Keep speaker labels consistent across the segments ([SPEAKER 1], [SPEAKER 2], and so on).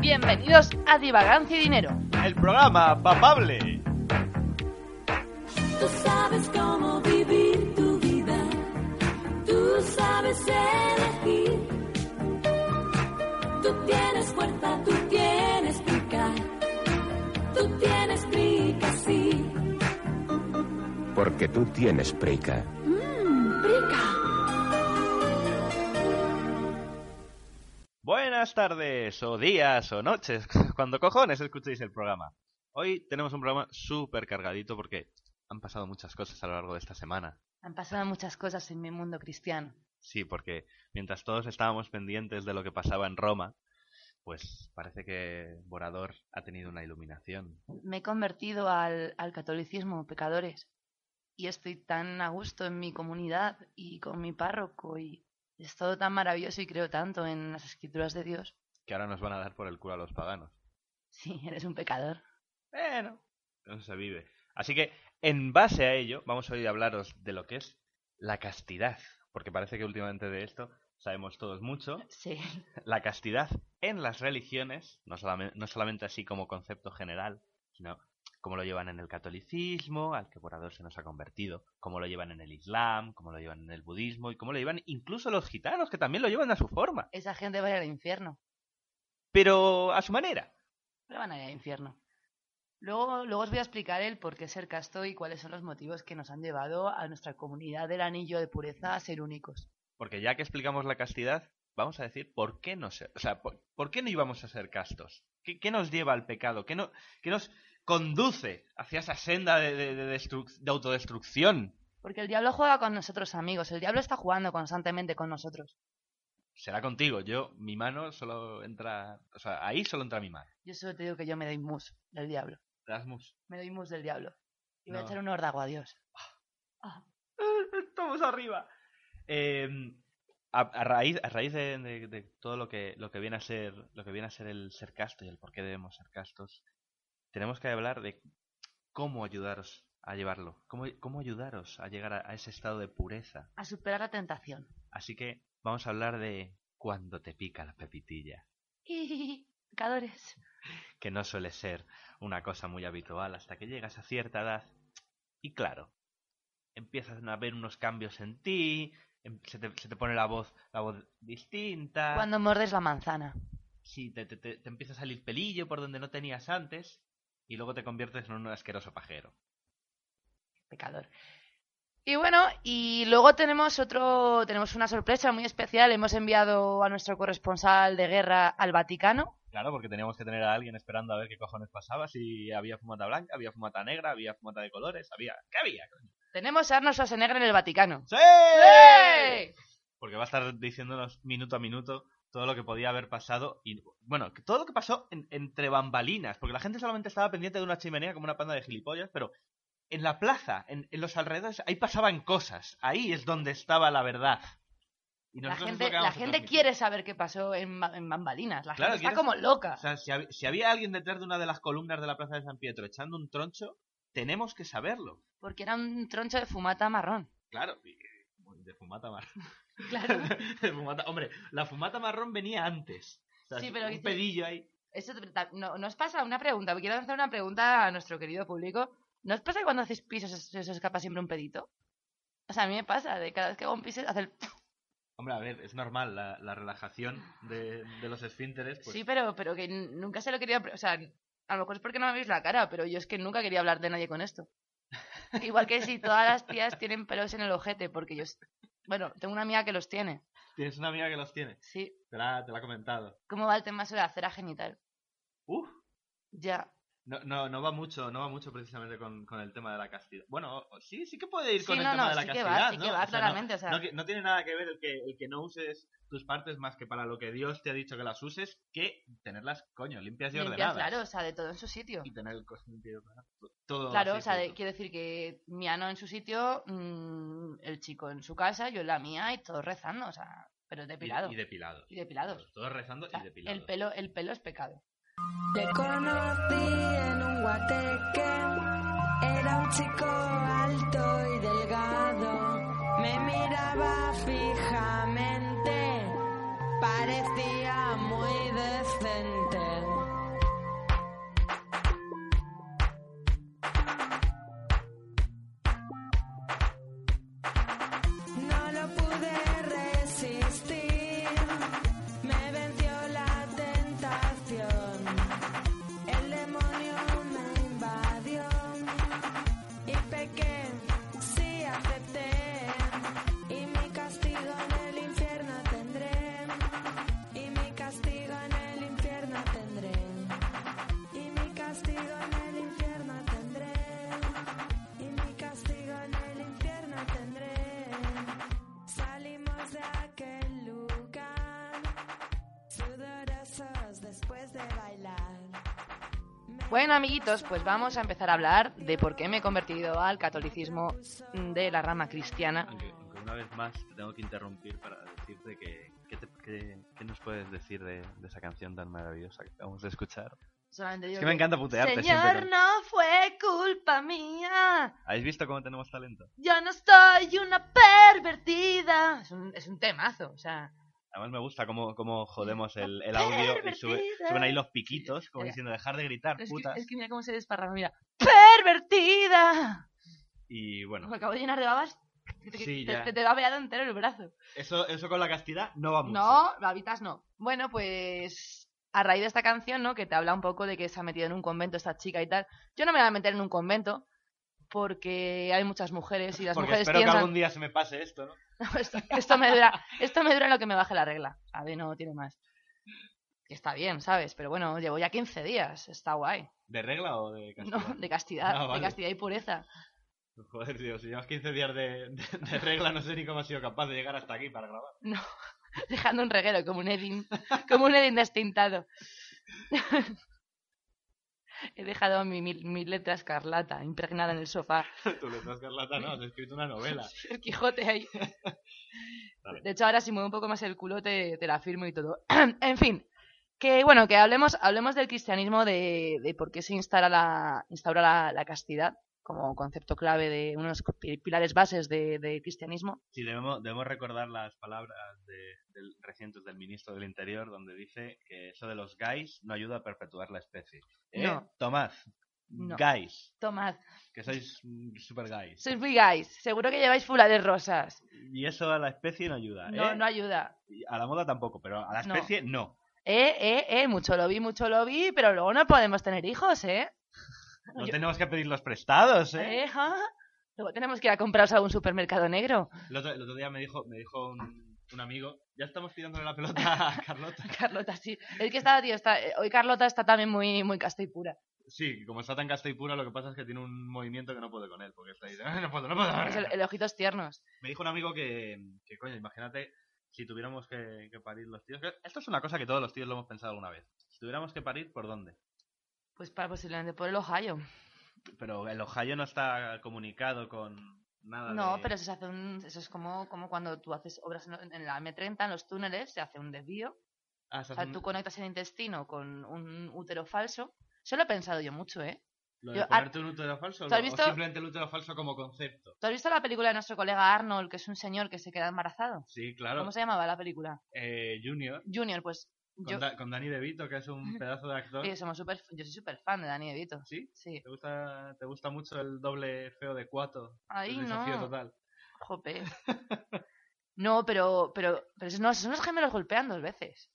[SPEAKER 1] Bienvenidos a Divagancia y Dinero.
[SPEAKER 2] El programa papable.
[SPEAKER 3] Tú sabes cómo vivir tu vida, tú sabes elegir. Tú tienes fuerza, tú tienes pica, tú tienes pica, sí.
[SPEAKER 4] Porque tú tienes prica.
[SPEAKER 3] Mmm, pica.
[SPEAKER 2] Buenas tardes, o días, o noches, cuando cojones escuchéis el programa. Hoy tenemos un programa súper cargadito porque han pasado muchas cosas a lo largo de esta semana.
[SPEAKER 1] Han pasado muchas cosas en mi mundo cristiano.
[SPEAKER 2] Sí, porque mientras todos estábamos pendientes de lo que pasaba en Roma, pues parece que Borador ha tenido una iluminación.
[SPEAKER 1] Me he convertido al, al catolicismo, pecadores. Y estoy tan a gusto en mi comunidad y con mi párroco y es todo tan maravilloso y creo tanto en las escrituras de Dios.
[SPEAKER 2] Que ahora nos van a dar por el culo a los paganos.
[SPEAKER 1] Sí, eres un pecador.
[SPEAKER 2] Bueno, no se vive. Así que, en base a ello, vamos hoy a hablaros de lo que es la castidad. Porque parece que últimamente de esto sabemos todos mucho.
[SPEAKER 1] Sí.
[SPEAKER 2] La castidad en las religiones, no, solame- no solamente así como concepto general, sino como lo llevan en el catolicismo, al que Borador se nos ha convertido, como lo llevan en el islam, como lo llevan en el budismo y como lo llevan incluso los gitanos, que también lo llevan a su forma,
[SPEAKER 1] Esa gente va a ir al infierno.
[SPEAKER 2] pero a su manera.
[SPEAKER 1] Pero van a ir al infierno. Luego, luego os voy a explicar el por qué ser casto y cuáles son los motivos que nos han llevado a nuestra comunidad del anillo de pureza a ser únicos.
[SPEAKER 2] Porque ya que explicamos la castidad, vamos a decir por qué no ser, o sea, por, por qué no íbamos a ser castos. ¿Qué, qué nos lleva al pecado? ¿Qué, no, qué nos conduce hacia esa senda de, de- de destruc- de autodestrucción?
[SPEAKER 1] Porque el diablo juega con nosotros, amigos. El diablo está jugando constantemente con nosotros.
[SPEAKER 2] Será contigo. Yo, mi mano solo entra, o sea, ahí solo entra mi mano.
[SPEAKER 1] Yo solo te digo que yo me doy mus del diablo.
[SPEAKER 2] Rasmus.
[SPEAKER 1] Me doy mus del diablo. Y voy a
[SPEAKER 2] No.
[SPEAKER 1] echar un hordago a Dios. Ah.
[SPEAKER 2] Estamos arriba. Eh, a, a raíz, a raíz de, de- de todo lo que, lo que viene a ser, lo que viene a ser el ser casto y el por qué debemos ser castos, tenemos que hablar de cómo ayudaros a llevarlo, cómo, cómo ayudaros a llegar a, a ese estado de pureza.
[SPEAKER 1] A superar la tentación.
[SPEAKER 2] Así que vamos a hablar de cuando te pica la pepitilla,
[SPEAKER 1] Pecadores.
[SPEAKER 2] que no suele ser una cosa muy habitual hasta que llegas a cierta edad. Y claro, empiezas a ver unos cambios en ti, em- se te, se te pone la voz, la voz distinta.
[SPEAKER 1] Cuando mordes la manzana.
[SPEAKER 2] Sí, te, te, te- te empieza a salir pelillo por donde no tenías antes y luego te conviertes en un asqueroso pajero.
[SPEAKER 1] Pecador. Y bueno, y luego tenemos otro, tenemos una sorpresa muy especial. Hemos enviado a nuestro corresponsal de guerra al Vaticano.
[SPEAKER 2] Claro, porque teníamos que tener a alguien esperando a ver qué cojones pasaba, si había fumata blanca, había fumata negra, había fumata de colores, había... ¿Qué había?
[SPEAKER 1] Tenemos a Arnold Schwarzenegger en el Vaticano.
[SPEAKER 2] ¡Sí!
[SPEAKER 1] ¡Eh!
[SPEAKER 2] Porque va a estar diciéndonos minuto a minuto todo lo que podía haber pasado y... Bueno, que todo lo que pasó en- entre bambalinas, porque la gente solamente estaba pendiente de una chimenea como una panda de gilipollas, pero... En la plaza, en, en los alrededores, ahí pasaban cosas. Ahí es donde estaba la verdad. Y
[SPEAKER 1] La
[SPEAKER 2] nosotros es
[SPEAKER 1] gente,
[SPEAKER 2] lo que
[SPEAKER 1] la
[SPEAKER 2] vamos a
[SPEAKER 1] gente
[SPEAKER 2] transmitir.
[SPEAKER 1] quiere saber qué pasó en, ba- en bambalinas. La
[SPEAKER 2] Claro,
[SPEAKER 1] gente está
[SPEAKER 2] quieres-
[SPEAKER 1] como loca.
[SPEAKER 2] O sea, si, hab- si había alguien detrás de una de las columnas de la Plaza de San Pietro echando un troncho, tenemos que saberlo.
[SPEAKER 1] Porque era un troncho de fumata marrón.
[SPEAKER 2] Claro, y- y de fumata marrón.
[SPEAKER 1] Claro.
[SPEAKER 2] De fumata- hombre, la fumata marrón venía antes. O sea,
[SPEAKER 1] Sí, pero
[SPEAKER 2] un
[SPEAKER 1] dice-
[SPEAKER 2] pedillo ahí.
[SPEAKER 1] Eso te- ta- no, ¿no os pasa una pregunta. Quiero lanzar una pregunta a nuestro querido público. ¿No os pasa que cuando hacéis pisos se os escapa siempre un pedito? O sea, a mí me pasa. De cada vez que hago un piso, hace el...
[SPEAKER 2] Pues Hombre, a ver, es normal la, la relajación de, de los esfínteres. Pues,
[SPEAKER 1] Sí, pero, pero que n- nunca se lo quería... pre- O sea, a lo mejor es porque no me veis la cara, pero yo es que nunca quería hablar de nadie con esto. Igual que si todas las tías tienen pelos en el ojete, porque yo... es- Bueno, tengo una amiga que los tiene.
[SPEAKER 2] Tienes una amiga que los tiene.
[SPEAKER 1] Sí.
[SPEAKER 2] Te la, te la ha comentado.
[SPEAKER 1] ¿Cómo va el tema sobre la cera genital?
[SPEAKER 2] Uf.
[SPEAKER 1] Ya.
[SPEAKER 2] No, no, no va mucho, no va mucho precisamente con, con el tema de la castidad. Bueno, o- sí, sí que puede ir
[SPEAKER 1] Sí,
[SPEAKER 2] con el
[SPEAKER 1] no,
[SPEAKER 2] tema
[SPEAKER 1] no,
[SPEAKER 2] de la
[SPEAKER 1] sí que
[SPEAKER 2] castidad,
[SPEAKER 1] va, sí
[SPEAKER 2] ¿no?
[SPEAKER 1] que va,
[SPEAKER 2] O sea, no-
[SPEAKER 1] claramente, o sea.
[SPEAKER 2] no, que- no tiene nada que ver el que, el que no uses tus partes más que para lo que Dios te ha dicho que las uses, que tenerlas, coño, limpias y
[SPEAKER 1] Limpias,
[SPEAKER 2] ordenadas.
[SPEAKER 1] claro, o sea, de todo en su sitio.
[SPEAKER 2] Y tener el coso limpio y ordenado. Todo
[SPEAKER 1] Claro,
[SPEAKER 2] así
[SPEAKER 1] o sea, de-
[SPEAKER 2] junto.
[SPEAKER 1] quiero decir que mi ano en su sitio, mm, el chico en su casa, yo en la mía y todos rezando, o sea, pero
[SPEAKER 2] Y,
[SPEAKER 1] depilado.
[SPEAKER 2] y depilados.
[SPEAKER 1] Y depilados.
[SPEAKER 2] Todos rezando
[SPEAKER 1] O sea,
[SPEAKER 2] y depilados.
[SPEAKER 1] el, pelo, el pelo es pecado.
[SPEAKER 3] Te conocí en un guateque, era un chico alto y delgado, me miraba fijamente, parecía muy decente.
[SPEAKER 1] Bueno, amiguitos, pues vamos a empezar a hablar de por qué me he convertido al catolicismo de la rama cristiana.
[SPEAKER 2] Aunque, aunque una vez más te tengo que interrumpir para decirte que. ¿Qué, te- qué- qué nos puedes decir de, de esa canción tan maravillosa que acabamos de escuchar?
[SPEAKER 1] Solamente digo
[SPEAKER 2] Es que me
[SPEAKER 1] que-
[SPEAKER 2] encanta putearte siempre.
[SPEAKER 1] Señor, no fue culpa mía.
[SPEAKER 2] con- ¿Habéis visto cómo tenemos talento?
[SPEAKER 1] Yo no soy una pervertida. Es un, es un temazo, o sea.
[SPEAKER 2] Además me gusta cómo, cómo jodemos el, el audio y sube-
[SPEAKER 1] Pervertida.
[SPEAKER 2] suben ahí los piquitos, como
[SPEAKER 1] Espera.
[SPEAKER 2] diciendo dejar de gritar,
[SPEAKER 1] Es que,
[SPEAKER 2] putas.
[SPEAKER 1] es que mira cómo se desparrama, mira. ¡Pervertida!
[SPEAKER 2] Y bueno,
[SPEAKER 1] Me acabo de llenar de babas. Te-
[SPEAKER 2] Sí,
[SPEAKER 1] te,
[SPEAKER 2] ya.
[SPEAKER 1] te, te da veado entero el brazo.
[SPEAKER 2] eso, eso con la castidad no va mucho.
[SPEAKER 1] No, babitas no. Bueno, pues a raíz de esta canción, ¿no? Que te habla un poco de que se ha metido en un convento esta chica y tal. Yo no me voy a meter en un convento porque hay muchas mujeres y las
[SPEAKER 2] Porque
[SPEAKER 1] mujeres
[SPEAKER 2] espero que
[SPEAKER 1] piensan...
[SPEAKER 2] algún día se me pase esto, ¿no?
[SPEAKER 1] "No, esto, esto me dura, esto me dura lo que me baje la regla. A ver, no tiene más. Que está bien, ¿sabes? Pero bueno, llevo ya 15 días. Está guay.
[SPEAKER 2] ¿De regla o de
[SPEAKER 1] No,
[SPEAKER 2] castidad?
[SPEAKER 1] de castidad,
[SPEAKER 2] Ah,
[SPEAKER 1] de
[SPEAKER 2] vale.
[SPEAKER 1] castidad y pureza.
[SPEAKER 2] Joder, tío, si llevas 15 días de, de- de regla, no sé ni cómo has sido capaz de llegar hasta aquí para grabar.
[SPEAKER 1] No, dejando un reguero como un Edin, como un Edin destintado. He dejado mi, mi- mi letra escarlata impregnada en el sofá.
[SPEAKER 2] Tú le estás carlata, no, has escrito una novela.
[SPEAKER 1] El Quijote ahí.
[SPEAKER 2] Vale.
[SPEAKER 1] De hecho, ahora si muevo un poco más el culo te, te la firmo y todo. en fin, que bueno, que hablemos, hablemos del cristianismo, de, de por qué se instala la, instaura la, la castidad como concepto clave de unos pi- pilares bases de- del cristianismo.
[SPEAKER 2] Sí, debemos, debemos recordar las palabras de, del- recientes del ministro del Interior, donde dice que eso de los gays no ayuda a perpetuar la especie. ¿Eh?
[SPEAKER 1] No.
[SPEAKER 2] Tomás,
[SPEAKER 1] No.
[SPEAKER 2] gays,
[SPEAKER 1] Tomad,
[SPEAKER 2] que sois mm, super gays.
[SPEAKER 1] sois muy guys, seguro que lleváis fulares rosas.
[SPEAKER 2] Y eso a la especie no ayuda.
[SPEAKER 1] No,
[SPEAKER 2] ¿eh?
[SPEAKER 1] no ayuda.
[SPEAKER 2] Y A la moda tampoco, pero a la
[SPEAKER 1] No.
[SPEAKER 2] especie no.
[SPEAKER 1] Eh, eh, eh, mucho lobby, mucho lobby, pero luego no podemos tener hijos, ¿eh?
[SPEAKER 2] No,
[SPEAKER 1] Yo-
[SPEAKER 2] tenemos que pedir los prestados, ¿eh?
[SPEAKER 1] ¿Eh? ja? Luego tenemos que ir a compraros a algún supermercado negro.
[SPEAKER 2] El otro, el otro día me dijo, me dijo un, un amigo, ya estamos tirándole la pelota a Carlota.
[SPEAKER 1] Carlota, sí. Es que está, tío, está, eh, hoy Carlota está también muy, muy casta y pura.
[SPEAKER 2] Sí, como está tan casta y pura, lo que pasa es que tiene un movimiento que no puede con él, porque está ahí, "Ah, no puedo, no puedo.
[SPEAKER 1] Es el, el ojitos tiernos.
[SPEAKER 2] Me dijo un amigo que, que, coño, imagínate si tuviéramos que, que parir los tíos. que Esto es una cosa que todos los tíos lo hemos pensado alguna vez. Si tuviéramos que parir, ¿por dónde?
[SPEAKER 1] Pues para posiblemente por el Ohio.
[SPEAKER 2] Pero el Ohio no está comunicado con nada
[SPEAKER 1] No,
[SPEAKER 2] de-
[SPEAKER 1] pero eso, se hace un, eso es como, como cuando tú haces obras en en la M30, en los túneles, se hace un desvío.
[SPEAKER 2] Ah,
[SPEAKER 1] O
[SPEAKER 2] se hace
[SPEAKER 1] sea,
[SPEAKER 2] un-
[SPEAKER 1] tú conectas el intestino con un útero falso. Eso lo he pensado yo mucho, ¿eh?
[SPEAKER 2] Lo de
[SPEAKER 1] yo- ah,
[SPEAKER 2] ponerte un útero falso
[SPEAKER 1] ¿tú has
[SPEAKER 2] o
[SPEAKER 1] visto?
[SPEAKER 2] simplemente el útero falso como concepto.
[SPEAKER 1] ¿Tú has visto la película de nuestro colega Arnold, que es un señor que se queda embarazado?
[SPEAKER 2] Sí, claro.
[SPEAKER 1] ¿Cómo se llamaba la película?
[SPEAKER 2] Eh, junior,
[SPEAKER 1] Junior, pues
[SPEAKER 2] con,
[SPEAKER 1] yo,
[SPEAKER 2] Da- con Danny DeVito, que es un pedazo de actor.
[SPEAKER 1] sí, somos súper- yo soy súper fan de Dani Evito.
[SPEAKER 2] ¿Sí?
[SPEAKER 1] Sí.
[SPEAKER 2] ¿Te gusta, ¿Te gusta mucho el doble feo de cuatro?
[SPEAKER 1] Ahí
[SPEAKER 2] Pues el desafío
[SPEAKER 1] no.
[SPEAKER 2] total.
[SPEAKER 1] Jope. No, pero, pero, pero esos no, son los gemelos golpean dos veces.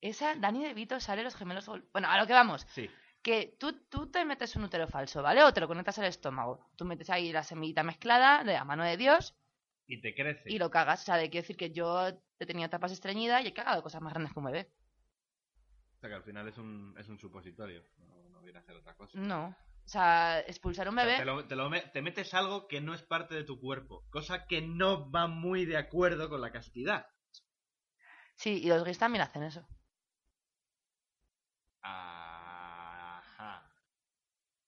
[SPEAKER 1] Esa, Dani De Vito sale los gemelos gol- Bueno, a lo que vamos.
[SPEAKER 2] Sí.
[SPEAKER 1] Que tú, tú te metes un útero falso, ¿vale? O te lo conectas al estómago. Tú metes ahí la semillita mezclada de la mano de Dios
[SPEAKER 2] Y te crece.
[SPEAKER 1] y lo cagas. O sea, de quiero decir que yo te tenía tapas estreñidas y he cagado cosas más grandes que un bebé.
[SPEAKER 2] O sea, que al final es un, es un supositorio. No, no viene a hacer otra cosa.
[SPEAKER 1] No. O sea, expulsar un
[SPEAKER 2] O sea,
[SPEAKER 1] bebé.
[SPEAKER 2] te, lo- te lo me- te metes algo que no es parte de tu cuerpo. Cosa que no va muy de acuerdo con la castidad.
[SPEAKER 1] Sí, y los gays también hacen eso.
[SPEAKER 2] Ajá.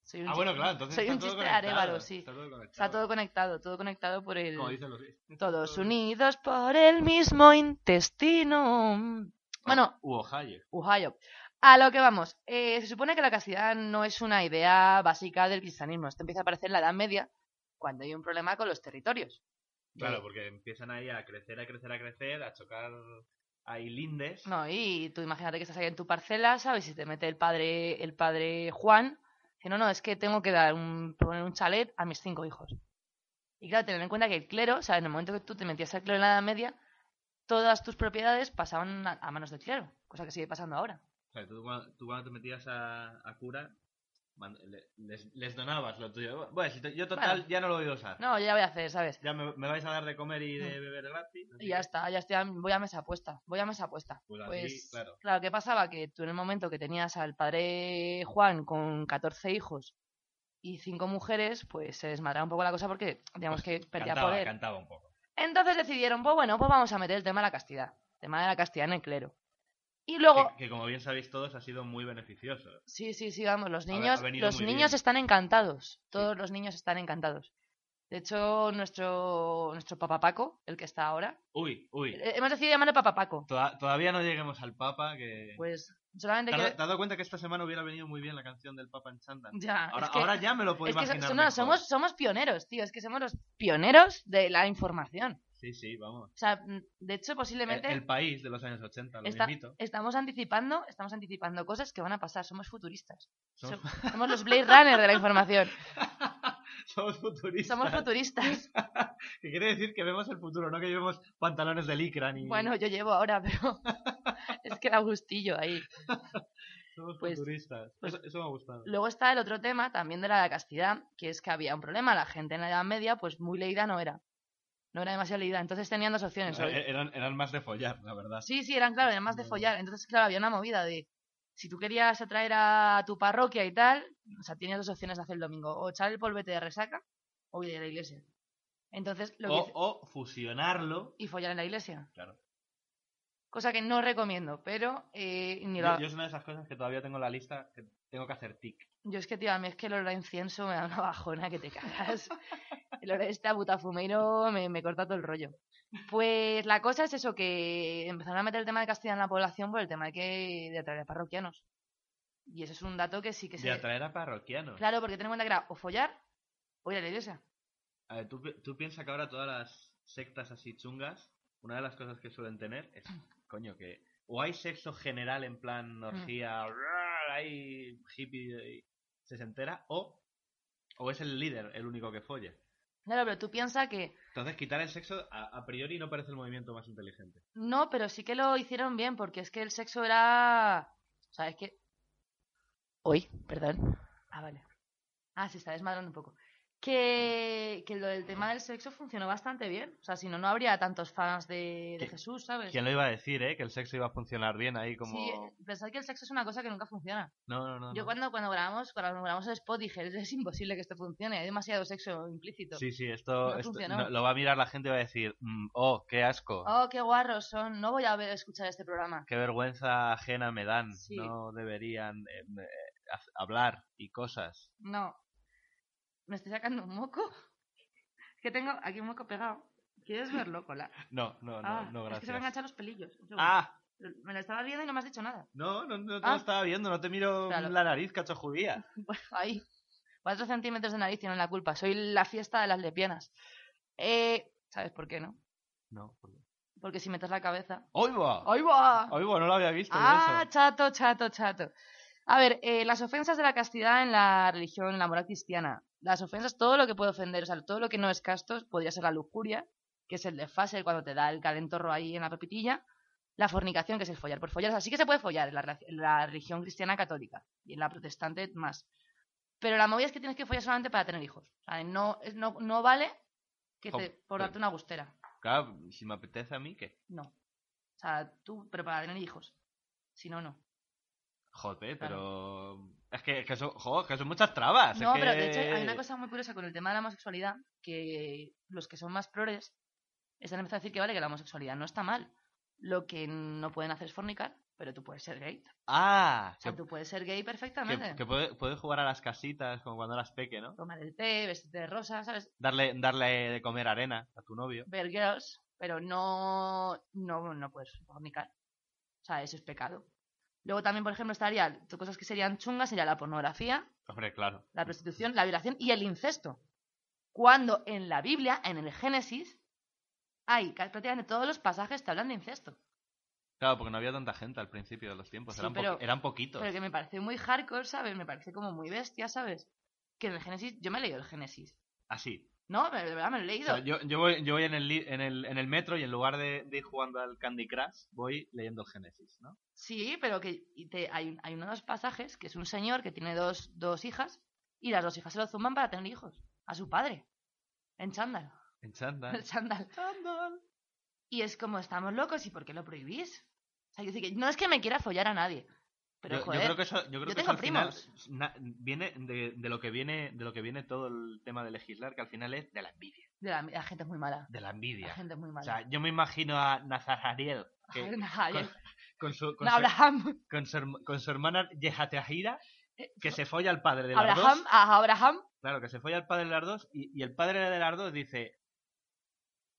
[SPEAKER 1] Soy un
[SPEAKER 2] Ah,
[SPEAKER 1] chi-
[SPEAKER 2] bueno, claro, entonces
[SPEAKER 1] soy
[SPEAKER 2] está
[SPEAKER 1] un
[SPEAKER 2] todo
[SPEAKER 1] chiste de
[SPEAKER 2] conectado,
[SPEAKER 1] Arevalo, sí.
[SPEAKER 2] Está todo conectado.
[SPEAKER 1] Está todo conectado, todo conectado por el...
[SPEAKER 2] Como dicen los gays.
[SPEAKER 1] Todos
[SPEAKER 2] Ah.
[SPEAKER 1] unidos por el mismo intestino. Bueno,
[SPEAKER 2] U Ohio.
[SPEAKER 1] Ohio. A lo que vamos. Eh, se supone que la castidad no es una idea básica del cristianismo. Esto empieza a aparecer en la Edad Media, cuando hay un problema con los territorios.
[SPEAKER 2] Claro, porque empiezan ahí a crecer, a crecer, a crecer, a chocar ahí lindes.
[SPEAKER 1] No, y tú imagínate que estás ahí en tu parcela, ¿sabes? Y te mete el padre, el padre Juan. Que no, no, es que tengo que dar un, poner un chalet a mis cinco hijos. Y claro, tener en cuenta que el clero, o sea, en el momento que tú te metías al clero en la Edad Media, todas tus propiedades pasaban a, a manos del clero, cosa que sigue pasando ahora.
[SPEAKER 2] O sea, tú, cuando- tú cuando te metías a, a cura, man- le- les, les donabas lo tuyo. Bueno, si to- yo total
[SPEAKER 1] Bueno.
[SPEAKER 2] ya no lo voy a usar.
[SPEAKER 1] No, yo ya voy a hacer, ¿sabes?
[SPEAKER 2] Ya me, me vais a dar de comer y de beber gratis. así
[SPEAKER 1] Y ya
[SPEAKER 2] que,
[SPEAKER 1] está, ya estoy, a- voy a mesa puesta, voy a mesa puesta.
[SPEAKER 2] Pues así, claro.
[SPEAKER 1] ¿qué pasaba? Que tú en el momento que tenías al padre Juan con 14 hijos y cinco mujeres, pues se desmadraba un poco la cosa porque, digamos que perdía
[SPEAKER 2] Pues cantaba,
[SPEAKER 1] poder.
[SPEAKER 2] cantaba un poco.
[SPEAKER 1] Entonces decidieron, pues bueno, pues vamos a meter el tema de la castidad, el tema de la castidad en el clero. Y luego,
[SPEAKER 2] Que, que como bien sabéis todos ha sido muy beneficioso.
[SPEAKER 1] sí, sí, sí, vamos, los
[SPEAKER 2] ha
[SPEAKER 1] niños,
[SPEAKER 2] venido
[SPEAKER 1] los
[SPEAKER 2] muy
[SPEAKER 1] niños
[SPEAKER 2] bien.
[SPEAKER 1] están encantados. Todos los niños están encantados. De hecho, nuestro, nuestro papá Paco, el que está ahora,
[SPEAKER 2] Uy, uy.
[SPEAKER 1] eh, hemos decidido llamarle papá Paco.
[SPEAKER 2] Toda- todavía no lleguemos al Papa que...
[SPEAKER 1] Pues
[SPEAKER 2] ¿Te
[SPEAKER 1] solamente
[SPEAKER 2] has,
[SPEAKER 1] quiero...
[SPEAKER 2] te has dado cuenta que esta semana hubiera venido muy bien la canción del Papa en Chandan?
[SPEAKER 1] Ya,
[SPEAKER 2] Ahora,
[SPEAKER 1] es que-
[SPEAKER 2] ahora ya me lo puedo
[SPEAKER 1] es que so-
[SPEAKER 2] imaginar.
[SPEAKER 1] so- no,
[SPEAKER 2] mejor.
[SPEAKER 1] somos, somos pioneros, tío. Es que somos los pioneros de la información.
[SPEAKER 2] Sí, sí, vamos.
[SPEAKER 1] O sea, mm, de hecho,
[SPEAKER 2] El,
[SPEAKER 1] posiblemente
[SPEAKER 2] el país de los años 80, lo
[SPEAKER 1] esta-
[SPEAKER 2] mismito.
[SPEAKER 1] estamos anticipando estamos anticipando cosas que van a pasar. Somos futuristas.
[SPEAKER 2] Somos,
[SPEAKER 1] Som- Somos los Blade Runner de la información.
[SPEAKER 2] somos futuristas.
[SPEAKER 1] Somos futuristas.
[SPEAKER 2] que quiere decir que vemos el futuro, no que llevemos pantalones de licra ni...
[SPEAKER 1] Bueno, yo llevo ahora, pero es que da gustillo ahí.
[SPEAKER 2] somos
[SPEAKER 1] pues-
[SPEAKER 2] futuristas. eso, eso me ha gustado.
[SPEAKER 1] Luego está el otro tema también de la castidad, que es que había un problema. La gente en la Edad Media, pues muy leída no era. No era demasiado leída. Entonces tenían dos opciones. o-
[SPEAKER 2] Eh, Eran, eran más de follar, la verdad.
[SPEAKER 1] Sí, sí, eran, claro, además de
[SPEAKER 2] No.
[SPEAKER 1] follar. Entonces, claro, había una movida de. Si tú querías atraer a tu parroquia y tal, o sea, tienes dos opciones de hacer el domingo: o echar el polvete de resaca o ir a la iglesia. Entonces, lo que
[SPEAKER 2] O,
[SPEAKER 1] hice-
[SPEAKER 2] o fusionarlo.
[SPEAKER 1] Y follar en la iglesia.
[SPEAKER 2] Claro.
[SPEAKER 1] Cosa que no recomiendo, pero. eh, ni
[SPEAKER 2] Yo,
[SPEAKER 1] lo-
[SPEAKER 2] yo
[SPEAKER 1] yo,
[SPEAKER 2] es una de esas cosas que todavía tengo en la lista que tengo que hacer tic.
[SPEAKER 1] es que, tío, a mí es que el olor a incienso me da una bajona que te cagas. el olor a este a butafumeiro me, me corta todo el rollo. Pues la cosa es eso: que empezaron a meter el tema de castidad en la población por el tema de, que, de atraer a parroquianos. Y eso es un dato que sí que se.
[SPEAKER 2] De atraer a parroquianos.
[SPEAKER 1] Claro, porque ten en cuenta que era o follar o ir a la iglesia.
[SPEAKER 2] A ver, tú, pi- tú piensas que ahora todas las sectas así chungas, una de las cosas que suelen tener es,
[SPEAKER 1] Mm.
[SPEAKER 2] coño, que o hay sexo general en plan orgía, rar, hay hippie y se se entera, o, o es el líder el único que folla.
[SPEAKER 1] Claro, pero tú piensas que
[SPEAKER 2] Entonces quitar el sexo a, a priori no parece el movimiento más inteligente.
[SPEAKER 1] no, pero sí que lo hicieron bien, porque es que el sexo era. O sea, es que. Hoy, perdón. Ah, vale. Ah, se está desmadrando un poco. Que, que lo del tema del sexo funcionó bastante bien. O sea, si no, no habría tantos fans de, de
[SPEAKER 2] ¿Qué-
[SPEAKER 1] Jesús, ¿sabes?
[SPEAKER 2] ¿Quién lo iba a decir, eh? Que el sexo iba a funcionar bien ahí como...
[SPEAKER 1] Sí, pensad que el sexo es una cosa que nunca funciona.
[SPEAKER 2] No, no, no.
[SPEAKER 1] Yo
[SPEAKER 2] no.
[SPEAKER 1] cuando, cuando grabamos, cuando grabamos el spot dije, es imposible que esto funcione, hay demasiado sexo implícito.
[SPEAKER 2] Sí, sí, esto,
[SPEAKER 1] No
[SPEAKER 2] esto-
[SPEAKER 1] funcionó.
[SPEAKER 2] no, lo va a mirar la gente y va a decir, "Mm, oh, qué asco,
[SPEAKER 1] Oh, qué guarros son, no voy a ver- escuchar este programa.
[SPEAKER 2] qué vergüenza ajena me dan,
[SPEAKER 1] Sí.
[SPEAKER 2] no deberían eh, eh, haz- hablar y cosas.
[SPEAKER 1] No. ¿Me estoy sacando un moco? Es que tengo aquí un moco pegado. ¿Quieres verlo, Cola?
[SPEAKER 2] No, no, no,
[SPEAKER 1] ah,
[SPEAKER 2] no,
[SPEAKER 1] Es que se me
[SPEAKER 2] gracias.
[SPEAKER 1] enganchan los pelillos. Un segundo.
[SPEAKER 2] Ah,
[SPEAKER 1] Me lo estabas viendo y no me has dicho nada.
[SPEAKER 2] no, no, no te
[SPEAKER 1] Ah.
[SPEAKER 2] lo estaba viendo, no te miro
[SPEAKER 1] Claro.
[SPEAKER 2] la nariz, cacho judía.
[SPEAKER 1] Bueno, ahí. Cuatro centímetros de nariz tienen la culpa. Soy la fiesta de las lesbianas. Eh, ¿Sabes por qué no?
[SPEAKER 2] No.
[SPEAKER 1] Porque si metes la cabeza.
[SPEAKER 2] ¡Hoy va!
[SPEAKER 1] ¡Ahí va!
[SPEAKER 2] ¡Hoy va! No lo había visto. yo
[SPEAKER 1] Ah,
[SPEAKER 2] eso.
[SPEAKER 1] chato, chato, chato. A ver, eh, las ofensas de la castidad en la religión, en la moral cristiana. Las ofensas, todo lo que puede ofender, o sea, todo lo que no es casto, podría ser la lujuria, que es el desfase cuando te da el calentorro ahí en la pepitilla. La fornicación, que es el follar por follar. O sea, sí que se puede follar en la, rela- en la religión cristiana católica y en la protestante más. Pero la movida es que tienes que follar solamente para tener hijos. O sea, no, es- no, no vale que te,
[SPEAKER 2] Jo,
[SPEAKER 1] por
[SPEAKER 2] pero-
[SPEAKER 1] darte una gustera.
[SPEAKER 2] Claro, si me apetece a mí, ¿qué?
[SPEAKER 1] No. O sea, tú, pero para tener hijos. Si no, no. Claro.
[SPEAKER 2] Joder, pero... Es que, es que son, jo, es que son muchas trabas. es
[SPEAKER 1] No, pero
[SPEAKER 2] que-
[SPEAKER 1] de hecho hay una cosa muy curiosa con el tema de la homosexualidad, que los que son más progres están empezando a decir que vale, que la homosexualidad no está mal. Lo que no pueden hacer es fornicar, pero tú puedes ser gay.
[SPEAKER 2] Ah,
[SPEAKER 1] O
[SPEAKER 2] que,
[SPEAKER 1] sea, tú puedes ser gay
[SPEAKER 2] que,
[SPEAKER 1] perfectamente.
[SPEAKER 2] que puede, puede jugar a las casitas como cuando eras peque, ¿no?
[SPEAKER 1] Tomar el té, vestirte de rosa, ¿sabes?
[SPEAKER 2] Darle, darle de comer arena a tu novio.
[SPEAKER 1] Ver girls, pero no, no, no puedes fornicar. O sea, eso es pecado. Luego también, por ejemplo, estaría cosas que serían chungas, sería la pornografía,
[SPEAKER 2] Hombre, claro.
[SPEAKER 1] la prostitución, la violación y el incesto. Cuando en la Biblia, en el Génesis, hay ca- prácticamente todos los pasajes que hablan de incesto.
[SPEAKER 2] Claro, porque no había tanta gente al principio de los tiempos.
[SPEAKER 1] Sí,
[SPEAKER 2] eran, po-
[SPEAKER 1] pero-
[SPEAKER 2] eran poquitos.
[SPEAKER 1] Pero que me parece muy hardcore, ¿sabes? Me parece como muy bestia, ¿sabes? Que en el Génesis, yo me he leído el Génesis.
[SPEAKER 2] Así,
[SPEAKER 1] No, me- de verdad me lo he
[SPEAKER 2] O
[SPEAKER 1] leído.
[SPEAKER 2] sea, yo, yo voy, yo voy en, el, li- en, el, en el metro y en lugar de, de ir jugando al Candy Crush, voy leyendo el Génesis, ¿no?
[SPEAKER 1] Sí, pero que y te- hay, un- hay uno de los pasajes que es un señor que tiene dos, dos hijas y las dos hijas se lo zumban para tener hijos. A su padre. En chándal.
[SPEAKER 2] En chándal.
[SPEAKER 1] El chándal.
[SPEAKER 2] chándal.
[SPEAKER 1] Y es como, estamos locos, ¿y por qué lo prohibís? O sea, quiero decir que no es que me quiera follar a nadie. Pero,
[SPEAKER 2] yo, yo
[SPEAKER 1] joder,
[SPEAKER 2] creo que eso, yo
[SPEAKER 1] yo
[SPEAKER 2] creo que eso
[SPEAKER 1] tengo
[SPEAKER 2] al final
[SPEAKER 1] primos.
[SPEAKER 2] na- viene de, de lo que viene de lo que viene todo el tema de legislar, que al final es de la envidia.
[SPEAKER 1] de la, la gente es muy mala.
[SPEAKER 2] De la
[SPEAKER 1] La
[SPEAKER 2] envidia.
[SPEAKER 1] gente es muy
[SPEAKER 2] O
[SPEAKER 1] mala.
[SPEAKER 2] sea, yo me imagino a Nazar Ariel,
[SPEAKER 1] Ay,
[SPEAKER 2] que,
[SPEAKER 1] nada,
[SPEAKER 2] con-
[SPEAKER 1] yo-
[SPEAKER 2] con su, con
[SPEAKER 1] No,
[SPEAKER 2] su-
[SPEAKER 1] Abraham.
[SPEAKER 2] con su herma- con su hermana Yehatehira, que se folla al padre de las
[SPEAKER 1] Eh, Abraham,
[SPEAKER 2] dos.
[SPEAKER 1] a Abraham.
[SPEAKER 2] Claro, que se folla al padre de las dos y, y el padre de las dos dice,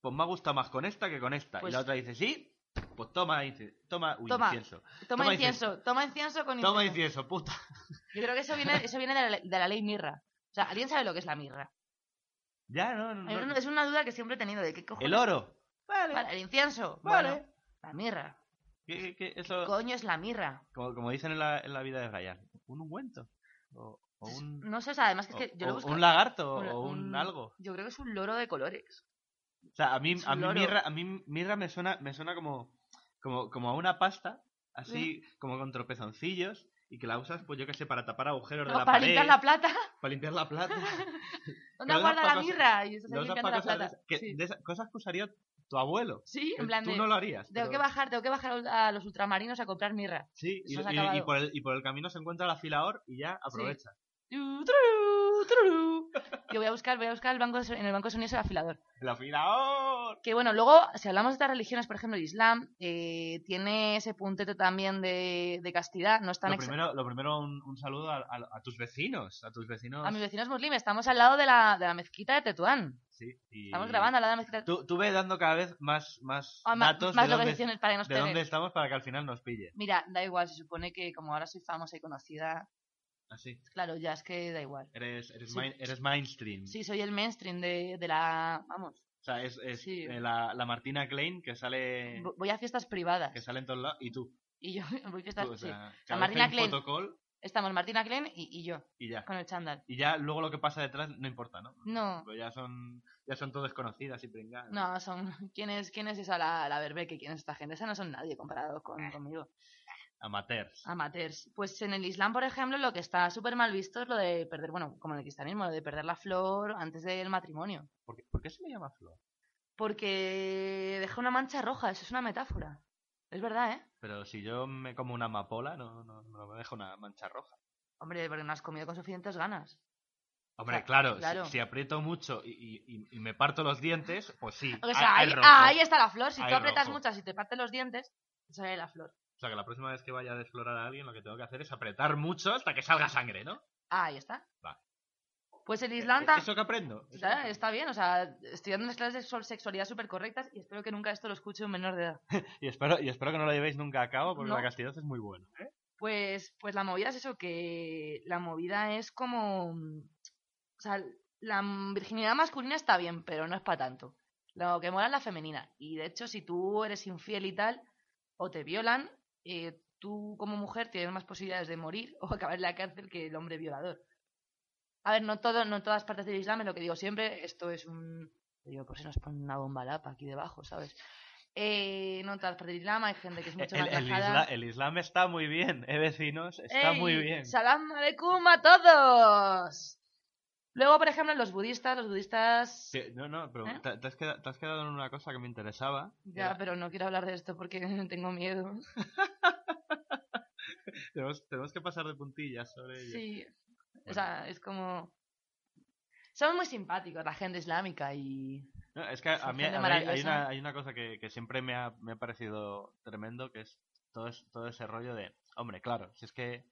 [SPEAKER 2] pues me ha gustado más con esta que con esta. y
[SPEAKER 1] Pues-
[SPEAKER 2] la otra dice, sí, pues toma, inci- toma, uy,
[SPEAKER 1] Toma.
[SPEAKER 2] incienso.
[SPEAKER 1] Toma,
[SPEAKER 2] Toma
[SPEAKER 1] incienso. Toma incienso con
[SPEAKER 2] Toma
[SPEAKER 1] incienso.
[SPEAKER 2] incienso, puta.
[SPEAKER 1] Yo creo que eso viene, eso viene de, la, de la ley mirra. O sea, ¿alguien sabe lo que es la mirra?
[SPEAKER 2] Ya, no, no,
[SPEAKER 1] Hay
[SPEAKER 2] no.
[SPEAKER 1] un- Es una duda que siempre he tenido de qué cojones.
[SPEAKER 2] El oro. Vale,
[SPEAKER 1] Vale, el incienso.
[SPEAKER 2] vale.
[SPEAKER 1] Bueno, la mirra.
[SPEAKER 2] Que- que- que eso,
[SPEAKER 1] Coño, es la mirra.
[SPEAKER 2] como, como dicen en la, en la vida de Brian, un ungüento. O, o un,
[SPEAKER 1] No sé, o sea, además que, Mm, es que
[SPEAKER 2] o-
[SPEAKER 1] yo lo
[SPEAKER 2] o
[SPEAKER 1] busco.
[SPEAKER 2] un lagarto
[SPEAKER 1] Un-
[SPEAKER 2] o un
[SPEAKER 1] un-
[SPEAKER 2] algo.
[SPEAKER 1] Yo creo que es un loro de colores.
[SPEAKER 2] O sea, a mí,
[SPEAKER 1] Es
[SPEAKER 2] a
[SPEAKER 1] un
[SPEAKER 2] mí
[SPEAKER 1] loro.
[SPEAKER 2] mirra, a mí mirra me suena, me suena como, como, como a una pasta, así como con tropezoncillos, y que la usas, pues yo que sé, para tapar agujeros de
[SPEAKER 1] No,
[SPEAKER 2] la
[SPEAKER 1] para
[SPEAKER 2] pared,
[SPEAKER 1] limpiar la plata.
[SPEAKER 2] para limpiar la plata.
[SPEAKER 1] ¿Dónde
[SPEAKER 2] Lo usas
[SPEAKER 1] guarda
[SPEAKER 2] para
[SPEAKER 1] la
[SPEAKER 2] cosas-
[SPEAKER 1] mirra? Y estás
[SPEAKER 2] Lo
[SPEAKER 1] ahí
[SPEAKER 2] usas
[SPEAKER 1] limpiando
[SPEAKER 2] para
[SPEAKER 1] la
[SPEAKER 2] cosas, de
[SPEAKER 1] plata.
[SPEAKER 2] esas- que-
[SPEAKER 1] Sí.
[SPEAKER 2] de esas- cosas que usaría tu abuelo.
[SPEAKER 1] Sí,
[SPEAKER 2] Que
[SPEAKER 1] en plan
[SPEAKER 2] tú
[SPEAKER 1] de.
[SPEAKER 2] no lo harías.
[SPEAKER 1] Tengo
[SPEAKER 2] pero-
[SPEAKER 1] que bajar, tengo que bajar al- a los ultramarinos a comprar mirra.
[SPEAKER 2] Sí, y,
[SPEAKER 1] Eso se ha
[SPEAKER 2] y- y
[SPEAKER 1] acabado.
[SPEAKER 2] por el, y por el camino se encuentra la fila OR y ya aprovecha.
[SPEAKER 1] Tu, tururú, tururú. Yo voy a buscar, voy a buscar el banco de so- en el banco de sonidos el afilador.
[SPEAKER 2] La fila OR.
[SPEAKER 1] Que bueno, luego, si hablamos de otras religiones, por ejemplo, el Islam eh, tiene ese puntete también de, de castidad. No es tan
[SPEAKER 2] Lo
[SPEAKER 1] ex-
[SPEAKER 2] primero, lo primero un, un saludo a, a- a tus vecinos, a tus vecinos.
[SPEAKER 1] A mis vecinos muslimes, estamos al lado de la, de la mezquita de Tetuán.
[SPEAKER 2] Sí, y-
[SPEAKER 1] Estamos grabando al lado de la mezquita de Tetuán.
[SPEAKER 2] Tú, tú ve dando cada vez más, más
[SPEAKER 1] Ah, ma-
[SPEAKER 2] datos
[SPEAKER 1] más
[SPEAKER 2] de, dónde,
[SPEAKER 1] localizaciones para que nos
[SPEAKER 2] de dónde
[SPEAKER 1] peguen.
[SPEAKER 2] estamos para que al final nos pille.
[SPEAKER 1] Mira, da igual, se supone que como ahora soy famosa y conocida,
[SPEAKER 2] Así.
[SPEAKER 1] claro, ya es que da igual.
[SPEAKER 2] Eres, eres,
[SPEAKER 1] Sí.
[SPEAKER 2] main- eres mainstream.
[SPEAKER 1] Sí, soy el mainstream de, de la... Vamos,
[SPEAKER 2] O sea, es, es,
[SPEAKER 1] Sí.
[SPEAKER 2] eh, la, la Martina Klein que sale,
[SPEAKER 1] vo- voy a fiestas privadas.
[SPEAKER 2] que sale en todos lados y tú.
[SPEAKER 1] Y yo voy a
[SPEAKER 2] Tú,
[SPEAKER 1] fiestas...
[SPEAKER 2] o
[SPEAKER 1] sí.
[SPEAKER 2] sea, cada
[SPEAKER 1] La
[SPEAKER 2] vez
[SPEAKER 1] Martina
[SPEAKER 2] hay un
[SPEAKER 1] Klein.
[SPEAKER 2] fotocall
[SPEAKER 1] Estamos Martina Klein y, y yo,
[SPEAKER 2] y ya.
[SPEAKER 1] con el chándal.
[SPEAKER 2] Y ya luego lo que pasa detrás no importa, ¿no?
[SPEAKER 1] No,
[SPEAKER 2] Pues ya son, ya son todos conocidas y pringadas.
[SPEAKER 1] no, son... ¿Quién es, quién es esa la, la berbeque? ¿Quién es esta gente? Esa no son nadie comparado con,
[SPEAKER 2] Eh.
[SPEAKER 1] conmigo.
[SPEAKER 2] Amateurs.
[SPEAKER 1] Amateurs. Pues en el Islam, por ejemplo, lo que está súper mal visto es lo de perder, bueno, como en el cristianismo, lo de perder la flor antes del matrimonio.
[SPEAKER 2] ¿Por, qué, por qué se le llama flor?
[SPEAKER 1] Porque deja una mancha roja, eso es una metáfora. Es verdad, ¿eh?
[SPEAKER 2] Pero si yo me como una amapola, no, no, no me dejo una mancha roja.
[SPEAKER 1] Hombre, porque no has comido con suficientes ganas.
[SPEAKER 2] Hombre,
[SPEAKER 1] Cla-
[SPEAKER 2] claro, si-
[SPEAKER 1] claro.
[SPEAKER 2] Si, aprieto mucho y, y- y- y me parto los dientes, pues sí.
[SPEAKER 1] O
[SPEAKER 2] hay-
[SPEAKER 1] sea,
[SPEAKER 2] hay
[SPEAKER 1] ahí,
[SPEAKER 2] rojo.
[SPEAKER 1] ahí está la flor. Si
[SPEAKER 2] Hay
[SPEAKER 1] tú aprietas
[SPEAKER 2] rojo.
[SPEAKER 1] muchas y te partes los dientes, te sale la flor.
[SPEAKER 2] O sea, que la próxima vez que vaya a desflorar a alguien, lo que tengo que hacer es apretar mucho hasta que salga sangre, ¿no?
[SPEAKER 1] Ahí está.
[SPEAKER 2] Vale.
[SPEAKER 1] Pues el
[SPEAKER 2] Eh,
[SPEAKER 1] Islam
[SPEAKER 2] eh,
[SPEAKER 1] ta-
[SPEAKER 2] Eso que aprendo.
[SPEAKER 1] claro,
[SPEAKER 2] eso que aprendo.
[SPEAKER 1] está bien, o sea, estoy dando unas clases de sol- sexualidad súper correctas y espero que nunca esto lo escuche un menor de edad.
[SPEAKER 2] Y, espero, y espero que no lo llevéis nunca a cabo porque
[SPEAKER 1] No.
[SPEAKER 2] la castidad es muy buena. ¿eh?
[SPEAKER 1] Pues, pues la movida es eso, que la movida es como... mm, O sea, la mm, virginidad masculina está bien, pero no es para tanto. Lo que mola es la femenina. Y de hecho, si tú eres infiel y tal, o te violan, eh, tú como mujer tienes más posibilidades de morir o acabar en la cárcel que el hombre violador. A ver, no todo, no en todas partes del Islam es lo que digo siempre, esto es un... Digo, por si nos ponen una bomba lapa aquí debajo, ¿sabes? Eh, no en todas partes del Islam hay gente que es mucho
[SPEAKER 2] El,
[SPEAKER 1] más
[SPEAKER 2] el
[SPEAKER 1] rajada.
[SPEAKER 2] isla- el Islam está muy bien, ¿eh, vecinos? Está
[SPEAKER 1] ¡Ey!
[SPEAKER 2] muy bien.
[SPEAKER 1] ¡Salam aleikum a todos! Luego, por ejemplo, los budistas, los budistas...
[SPEAKER 2] Sí, no, no, pero
[SPEAKER 1] ¿Eh?
[SPEAKER 2] te, te has queda- te has quedado en una cosa que me interesaba.
[SPEAKER 1] Ya,
[SPEAKER 2] Era-
[SPEAKER 1] pero no quiero hablar de esto porque tengo miedo.
[SPEAKER 2] tenemos, tenemos que pasar de puntillas sobre ello.
[SPEAKER 1] Sí.
[SPEAKER 2] Bueno.
[SPEAKER 1] O sea, es como... Son muy simpáticos la gente islámica y...
[SPEAKER 2] No, es que a
[SPEAKER 1] Son
[SPEAKER 2] mí,
[SPEAKER 1] gente
[SPEAKER 2] a mí hay,
[SPEAKER 1] maravillosa.
[SPEAKER 2] una, hay una cosa que, que siempre me ha, me ha parecido tremendo, que es todo, es todo ese rollo de, hombre, claro, si es que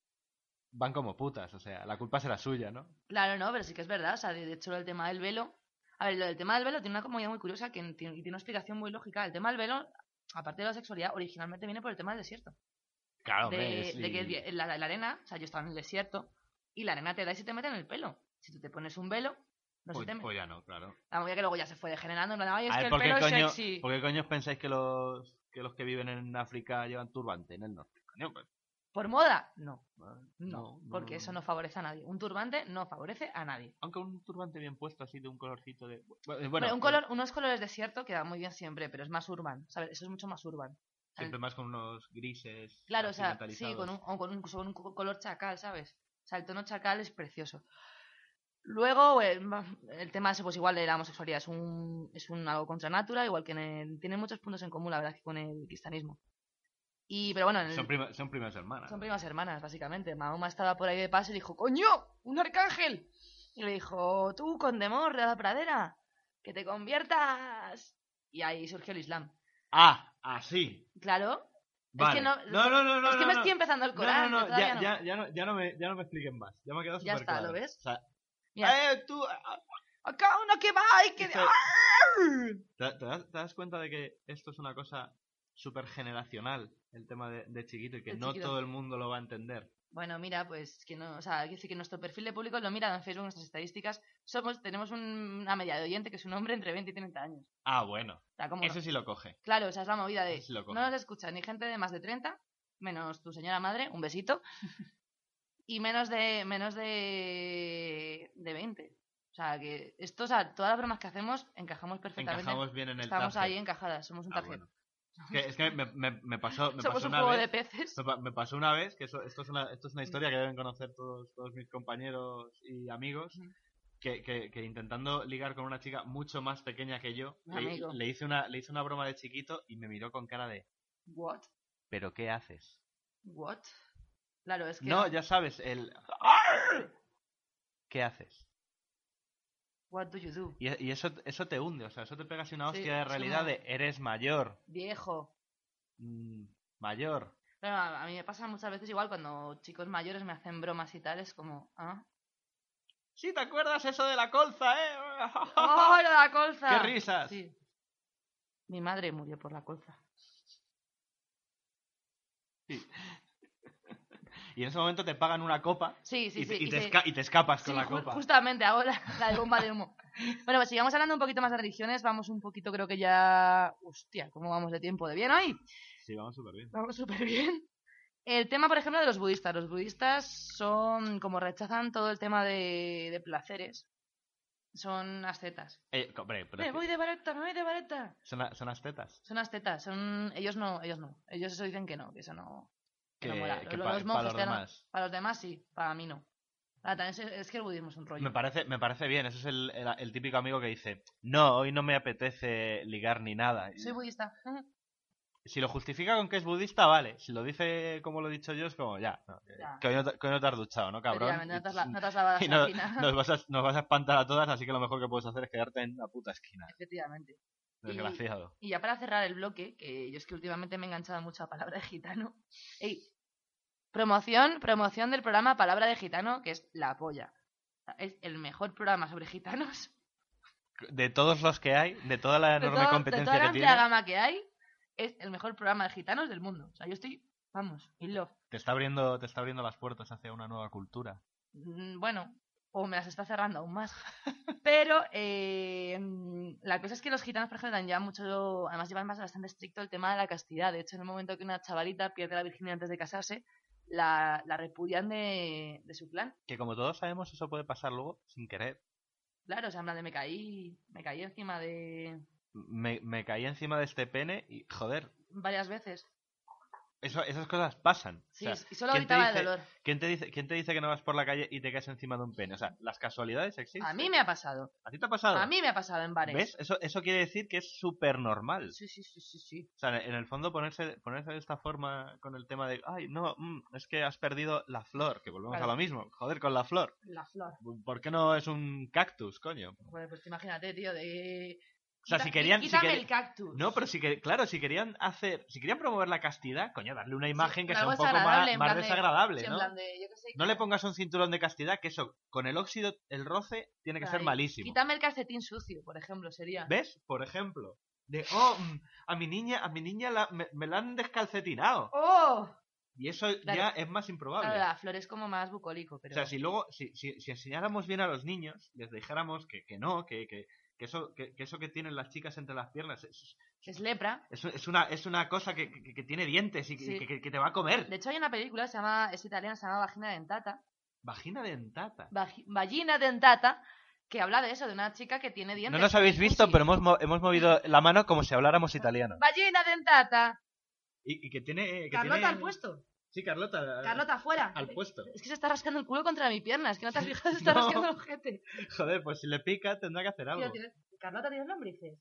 [SPEAKER 2] van como putas, o sea, la culpa será suya, ¿no?
[SPEAKER 1] Claro, no, pero sí que es verdad. O sea, de de hecho, el tema del velo... A ver, lo del tema del velo tiene una comunidad muy curiosa que tiene, y tiene una explicación muy lógica. El tema del velo, aparte de la sexualidad, originalmente viene por el tema del desierto.
[SPEAKER 2] Claro, Ah, hombre,
[SPEAKER 1] de,
[SPEAKER 2] es-
[SPEAKER 1] de que
[SPEAKER 2] y-
[SPEAKER 1] el die- la, la arena, o sea, yo estaba en el desierto y la arena te da y se te mete en el pelo. Si tú te pones un velo, no
[SPEAKER 2] pues,
[SPEAKER 1] se te mete.
[SPEAKER 2] pues ya no, claro.
[SPEAKER 1] La movida que luego ya se fue degenerando, en plan, "Ay, es
[SPEAKER 2] a
[SPEAKER 1] que
[SPEAKER 2] ver,
[SPEAKER 1] el
[SPEAKER 2] ¿por qué,
[SPEAKER 1] pelo es
[SPEAKER 2] coño, pues
[SPEAKER 1] sexy.
[SPEAKER 2] por qué coño pensáis que los, que los que viven en África llevan turbante en el norte? Coño, pues,
[SPEAKER 1] ¿Por moda? No,
[SPEAKER 2] no,
[SPEAKER 1] no,
[SPEAKER 2] no,
[SPEAKER 1] porque
[SPEAKER 2] no,
[SPEAKER 1] eso
[SPEAKER 2] no.
[SPEAKER 1] no favorece a nadie. Un turbante no favorece a nadie.
[SPEAKER 2] Aunque un turbante bien puesto así de un colorcito de... Bueno,
[SPEAKER 1] Hombre, un
[SPEAKER 2] eh,
[SPEAKER 1] color, unos colores desierto quedan muy bien siempre, pero es más urban, ¿sabes? Eso es mucho más urban.
[SPEAKER 2] Siempre más con unos grises.
[SPEAKER 1] eh. Claro, o
[SPEAKER 2] así
[SPEAKER 1] sea, sí,
[SPEAKER 2] metalizados.
[SPEAKER 1] con un, o con un- incluso con un co- color chacal, ¿sabes? O sea, el tono chacal es precioso. Luego, eh, ma- el tema ese, pues igual de la homosexualidad es un, es un algo contra natura, igual que en el- tienen muchos puntos en común, la verdad, que con el cristianismo. Y, pero bueno, en el-
[SPEAKER 2] Son, prima- son primas hermanas.
[SPEAKER 1] son primas hermanas, básicamente. Mahoma estaba por ahí de paso y le dijo, ¡Coño! ¡Un arcángel! Y le dijo, tú, condemor de la pradera, que te conviertas. Y ahí surgió el Islam.
[SPEAKER 2] Ah, así.
[SPEAKER 1] Claro,
[SPEAKER 2] Vale.
[SPEAKER 1] que no-
[SPEAKER 2] no, no, no, no,
[SPEAKER 1] es que
[SPEAKER 2] no,
[SPEAKER 1] me
[SPEAKER 2] no.
[SPEAKER 1] estoy empezando el
[SPEAKER 2] No, no,
[SPEAKER 1] coraje.
[SPEAKER 2] no,
[SPEAKER 1] todavía
[SPEAKER 2] ya,
[SPEAKER 1] no.
[SPEAKER 2] ya, ya no, ya no me, ya no me expliquen más. Ya me ha quedado
[SPEAKER 1] Ya está,
[SPEAKER 2] superclaro.
[SPEAKER 1] ¿lo ves?
[SPEAKER 2] O sea,
[SPEAKER 1] Mira.
[SPEAKER 2] ¡Eh, tú! ah,
[SPEAKER 1] Acá uno que va y que...
[SPEAKER 2] Esto-
[SPEAKER 1] ¡Ah!
[SPEAKER 2] ¿Te, te das, te das cuenta de que esto es una cosa super generacional, el tema de, de chiquito, y que
[SPEAKER 1] De
[SPEAKER 2] no
[SPEAKER 1] chiquito.
[SPEAKER 2] todo el mundo lo va a entender?
[SPEAKER 1] Bueno, mira, pues que no, o sea, quiero decir que nuestro perfil de público lo mira en Facebook, nuestras estadísticas, somos, tenemos un- una media de oyente que es un hombre entre 20 y 30 años.
[SPEAKER 2] Ah, bueno,
[SPEAKER 1] O sea, ¿cómo no?
[SPEAKER 2] eso sí lo coge.
[SPEAKER 1] Claro, o sea, es la movida de.
[SPEAKER 2] Eso sí lo
[SPEAKER 1] No
[SPEAKER 2] coge.
[SPEAKER 1] nos escucha ni gente de más de 30, menos tu señora madre, un besito, y menos de menos de, de 20. O sea, que esto, o sea, todas las bromas que hacemos encajamos perfectamente.
[SPEAKER 2] Encajamos bien en el
[SPEAKER 1] Estamos
[SPEAKER 2] target.
[SPEAKER 1] ahí encajadas, somos un
[SPEAKER 2] Ah,
[SPEAKER 1] target.
[SPEAKER 2] bueno. Es que, es que me, me- me pasó, me
[SPEAKER 1] somos
[SPEAKER 2] pasó
[SPEAKER 1] un
[SPEAKER 2] una
[SPEAKER 1] juego
[SPEAKER 2] vez.
[SPEAKER 1] de peces.
[SPEAKER 2] Me pa- Me pasó una vez, que eso- esto, es una, esto es una historia que deben conocer todos, todos mis compañeros y amigos,
[SPEAKER 1] Ujú.
[SPEAKER 2] que, que- que intentando ligar con una chica mucho más pequeña que yo,
[SPEAKER 1] Un
[SPEAKER 2] le,
[SPEAKER 1] amigo.
[SPEAKER 2] le hice una, le hice una broma de chiquito y me miró con cara de,
[SPEAKER 1] What?
[SPEAKER 2] ¿pero qué haces?
[SPEAKER 1] What? Claro, es que.
[SPEAKER 2] No, ya sabes, el... ¿Qué haces?
[SPEAKER 1] What do you do?
[SPEAKER 2] Y, y eso, eso te hunde, o sea, eso te pega así una
[SPEAKER 1] Sí,
[SPEAKER 2] hostia de
[SPEAKER 1] es
[SPEAKER 2] realidad
[SPEAKER 1] como-
[SPEAKER 2] de, eres mayor,
[SPEAKER 1] Viejo.
[SPEAKER 2] mm, mayor.
[SPEAKER 1] Claro, a a mí me pasa muchas veces igual cuando chicos mayores me hacen bromas y tal, es como. ¿Ah?
[SPEAKER 2] Sí, ¿te acuerdas eso de la colza, eh?
[SPEAKER 1] ¡Oh, lo de la colza!
[SPEAKER 2] ¡Qué risas!
[SPEAKER 1] Sí. Mi madre murió por la colza.
[SPEAKER 2] Y en ese momento te pagan una copa
[SPEAKER 1] Sí, sí,
[SPEAKER 2] y,
[SPEAKER 1] sí.
[SPEAKER 2] te- y
[SPEAKER 1] y
[SPEAKER 2] te
[SPEAKER 1] se-
[SPEAKER 2] esca- y te escapas con
[SPEAKER 1] sí,
[SPEAKER 2] la
[SPEAKER 1] ju-
[SPEAKER 2] copa.
[SPEAKER 1] Justamente ahora, la de bomba de humo. Bueno, pues sigamos hablando un poquito más de religiones. Vamos un poquito, creo que ya. Hostia, ¿cómo vamos de tiempo? ¿De bien hoy?
[SPEAKER 2] Sí, vamos súper bien.
[SPEAKER 1] Vamos súper bien. El tema, por ejemplo, de los budistas. Los budistas son, como rechazan todo el tema de, de placeres, son ascetas.
[SPEAKER 2] Eh, hombre, pero
[SPEAKER 1] Me
[SPEAKER 2] es que
[SPEAKER 1] voy de vareta, me voy de vareta.
[SPEAKER 2] son, la- son las tetas.
[SPEAKER 1] Son ascetas, son... ellos no, ellos no. Ellos eso dicen que no, que eso no, que no mola.
[SPEAKER 2] que
[SPEAKER 1] Los-
[SPEAKER 2] pa-
[SPEAKER 1] los
[SPEAKER 2] pa'
[SPEAKER 1] monjes
[SPEAKER 2] los
[SPEAKER 1] te dan-
[SPEAKER 2] demás.
[SPEAKER 1] Para los demás sí, para mí no. Ah, también se- es que el budismo es un rollo.
[SPEAKER 2] Me parece, me parece bien, eso es el, el- el típico amigo que dice, no, hoy no me apetece ligar ni nada. Y
[SPEAKER 1] Soy budista.
[SPEAKER 2] Si lo justifica con que es budista, vale. Si lo dice como lo he dicho yo, es como, ya, no, que-
[SPEAKER 1] Ya.
[SPEAKER 2] que, hoy no te, que hoy no te has duchado, ¿no, cabrón?
[SPEAKER 1] Efectivamente, No te has la-
[SPEAKER 2] Y-
[SPEAKER 1] no te has lavado la
[SPEAKER 2] y no-
[SPEAKER 1] vagina.
[SPEAKER 2] nos, vas a, nos vas a espantar a todas, así que lo mejor que puedes hacer es quedarte en la puta esquina.
[SPEAKER 1] Efectivamente. Y-
[SPEAKER 2] Desgraciado.
[SPEAKER 1] Y ya para cerrar el bloque, que yo es que últimamente me he enganchado mucho a palabra de gitano. Ey, promoción, promoción del programa Palabra de Gitano, que es la polla. O sea, Es el mejor programa sobre gitanos.
[SPEAKER 2] De todos los que hay, de toda la
[SPEAKER 1] De,
[SPEAKER 2] enorme
[SPEAKER 1] todo- de
[SPEAKER 2] competencia
[SPEAKER 1] toda la
[SPEAKER 2] que
[SPEAKER 1] amplia
[SPEAKER 2] tiene,
[SPEAKER 1] gama que hay, es el mejor programa de gitanos del mundo. O sea, yo estoy, vamos, in love.
[SPEAKER 2] te está abriendo, te está abriendo las puertas hacia una nueva cultura.
[SPEAKER 1] Mm, bueno, o me las está cerrando aún más. Pero eh, mm, la cosa es que los gitanos, por ejemplo, dan ya mucho, además llevan más- bastante estricto el tema de la castidad. De hecho, en el momento que una chavalita pierde la virginidad antes de casarse, la, la repudian de, de su clan.
[SPEAKER 2] Que como todos sabemos, eso puede pasar luego sin querer.
[SPEAKER 1] Claro, o sea, en plan de me caí, me caí encima de
[SPEAKER 2] Me, me caí encima de este pene y, joder,
[SPEAKER 1] varias veces.
[SPEAKER 2] eso, esas cosas pasan. O
[SPEAKER 1] Sí,
[SPEAKER 2] sea,
[SPEAKER 1] y solo
[SPEAKER 2] ¿quién te
[SPEAKER 1] gritaba de
[SPEAKER 2] dice-
[SPEAKER 1] dolor.
[SPEAKER 2] ¿quién, te dice, ¿Quién te dice que no vas por la calle y te caes encima de un pene? O sea, las casualidades existen.
[SPEAKER 1] A mí me ha pasado.
[SPEAKER 2] ¿A ti te ha pasado?
[SPEAKER 1] A mí me ha pasado en bares.
[SPEAKER 2] ¿Ves? Eso, eso quiere decir que es súper normal.
[SPEAKER 1] Sí, sí, sí, sí, sí.
[SPEAKER 2] O sea, en el fondo ponerse, ponerse de esta forma con el tema de, ay, no, mm, es que has perdido la flor, que volvemos
[SPEAKER 1] Claro.
[SPEAKER 2] a lo mismo. Joder, con la flor.
[SPEAKER 1] La flor.
[SPEAKER 2] ¿Por qué no es un cactus, coño?
[SPEAKER 1] Joder, pues imagínate, tío, de...
[SPEAKER 2] O sea,
[SPEAKER 1] Quita-
[SPEAKER 2] si querían... si
[SPEAKER 1] Quítame
[SPEAKER 2] queri-
[SPEAKER 1] el cactus.
[SPEAKER 2] No, pero sí que, claro, si querían hacer, si querían promover la castidad, coño, darle una imagen que
[SPEAKER 1] pero
[SPEAKER 2] sea
[SPEAKER 1] algo
[SPEAKER 2] un poco
[SPEAKER 1] desagradable,
[SPEAKER 2] más,
[SPEAKER 1] en
[SPEAKER 2] más
[SPEAKER 1] plan de-
[SPEAKER 2] desagradable,
[SPEAKER 1] Sí, en
[SPEAKER 2] ¿no?
[SPEAKER 1] plan de, yo qué sé,
[SPEAKER 2] No
[SPEAKER 1] quita-
[SPEAKER 2] le pongas un cinturón de castidad, que eso, con el óxido, el roce, tiene que ser
[SPEAKER 1] Ay,
[SPEAKER 2] malísimo.
[SPEAKER 1] Quítame el calcetín sucio, por ejemplo, sería.
[SPEAKER 2] ¿Ves? Por ejemplo, de, oh, mm, a mi niña, a mi niña la- me, me la han descalcetinado.
[SPEAKER 1] ¡Oh!
[SPEAKER 2] Y eso ya
[SPEAKER 1] Claro.
[SPEAKER 2] es más improbable.
[SPEAKER 1] Claro, la flor es como más bucólico, pero.
[SPEAKER 2] O sea, si luego, si, si, si enseñáramos bien a los niños, les dijéramos que, que no, que, que, que eso, que, que eso que tienen las chicas entre las piernas es,
[SPEAKER 1] Es lepra.
[SPEAKER 2] es, es una, es una cosa que, que- que tiene dientes y que,
[SPEAKER 1] Sí.
[SPEAKER 2] que- que- que te va a comer.
[SPEAKER 1] De hecho, hay una película, se llama, es italiana, se llama Vagina Dentata.
[SPEAKER 2] Vagina dentata.
[SPEAKER 1] Vagi- Vagina Dentata, que habla de eso, de una chica que tiene dientes.
[SPEAKER 2] No nos habéis visto,
[SPEAKER 1] Sí.
[SPEAKER 2] pero hemos, mo- hemos movido la mano como si habláramos italiano.
[SPEAKER 1] Vagina Dentata.
[SPEAKER 2] Y, y que tiene... eh, Que
[SPEAKER 1] Carlota
[SPEAKER 2] tiene-
[SPEAKER 1] al puesto.
[SPEAKER 2] Sí, Carlota.
[SPEAKER 1] Carlota afuera.
[SPEAKER 2] Al puesto.
[SPEAKER 1] Es que se está rascando el culo contra mi pierna, es que no te has fijado, se está
[SPEAKER 2] No.
[SPEAKER 1] rascando el ojete.
[SPEAKER 2] Joder, pues si le pica tendrá que hacer
[SPEAKER 1] Tío,
[SPEAKER 2] algo.
[SPEAKER 1] tiene- Carlota tiene lombrices.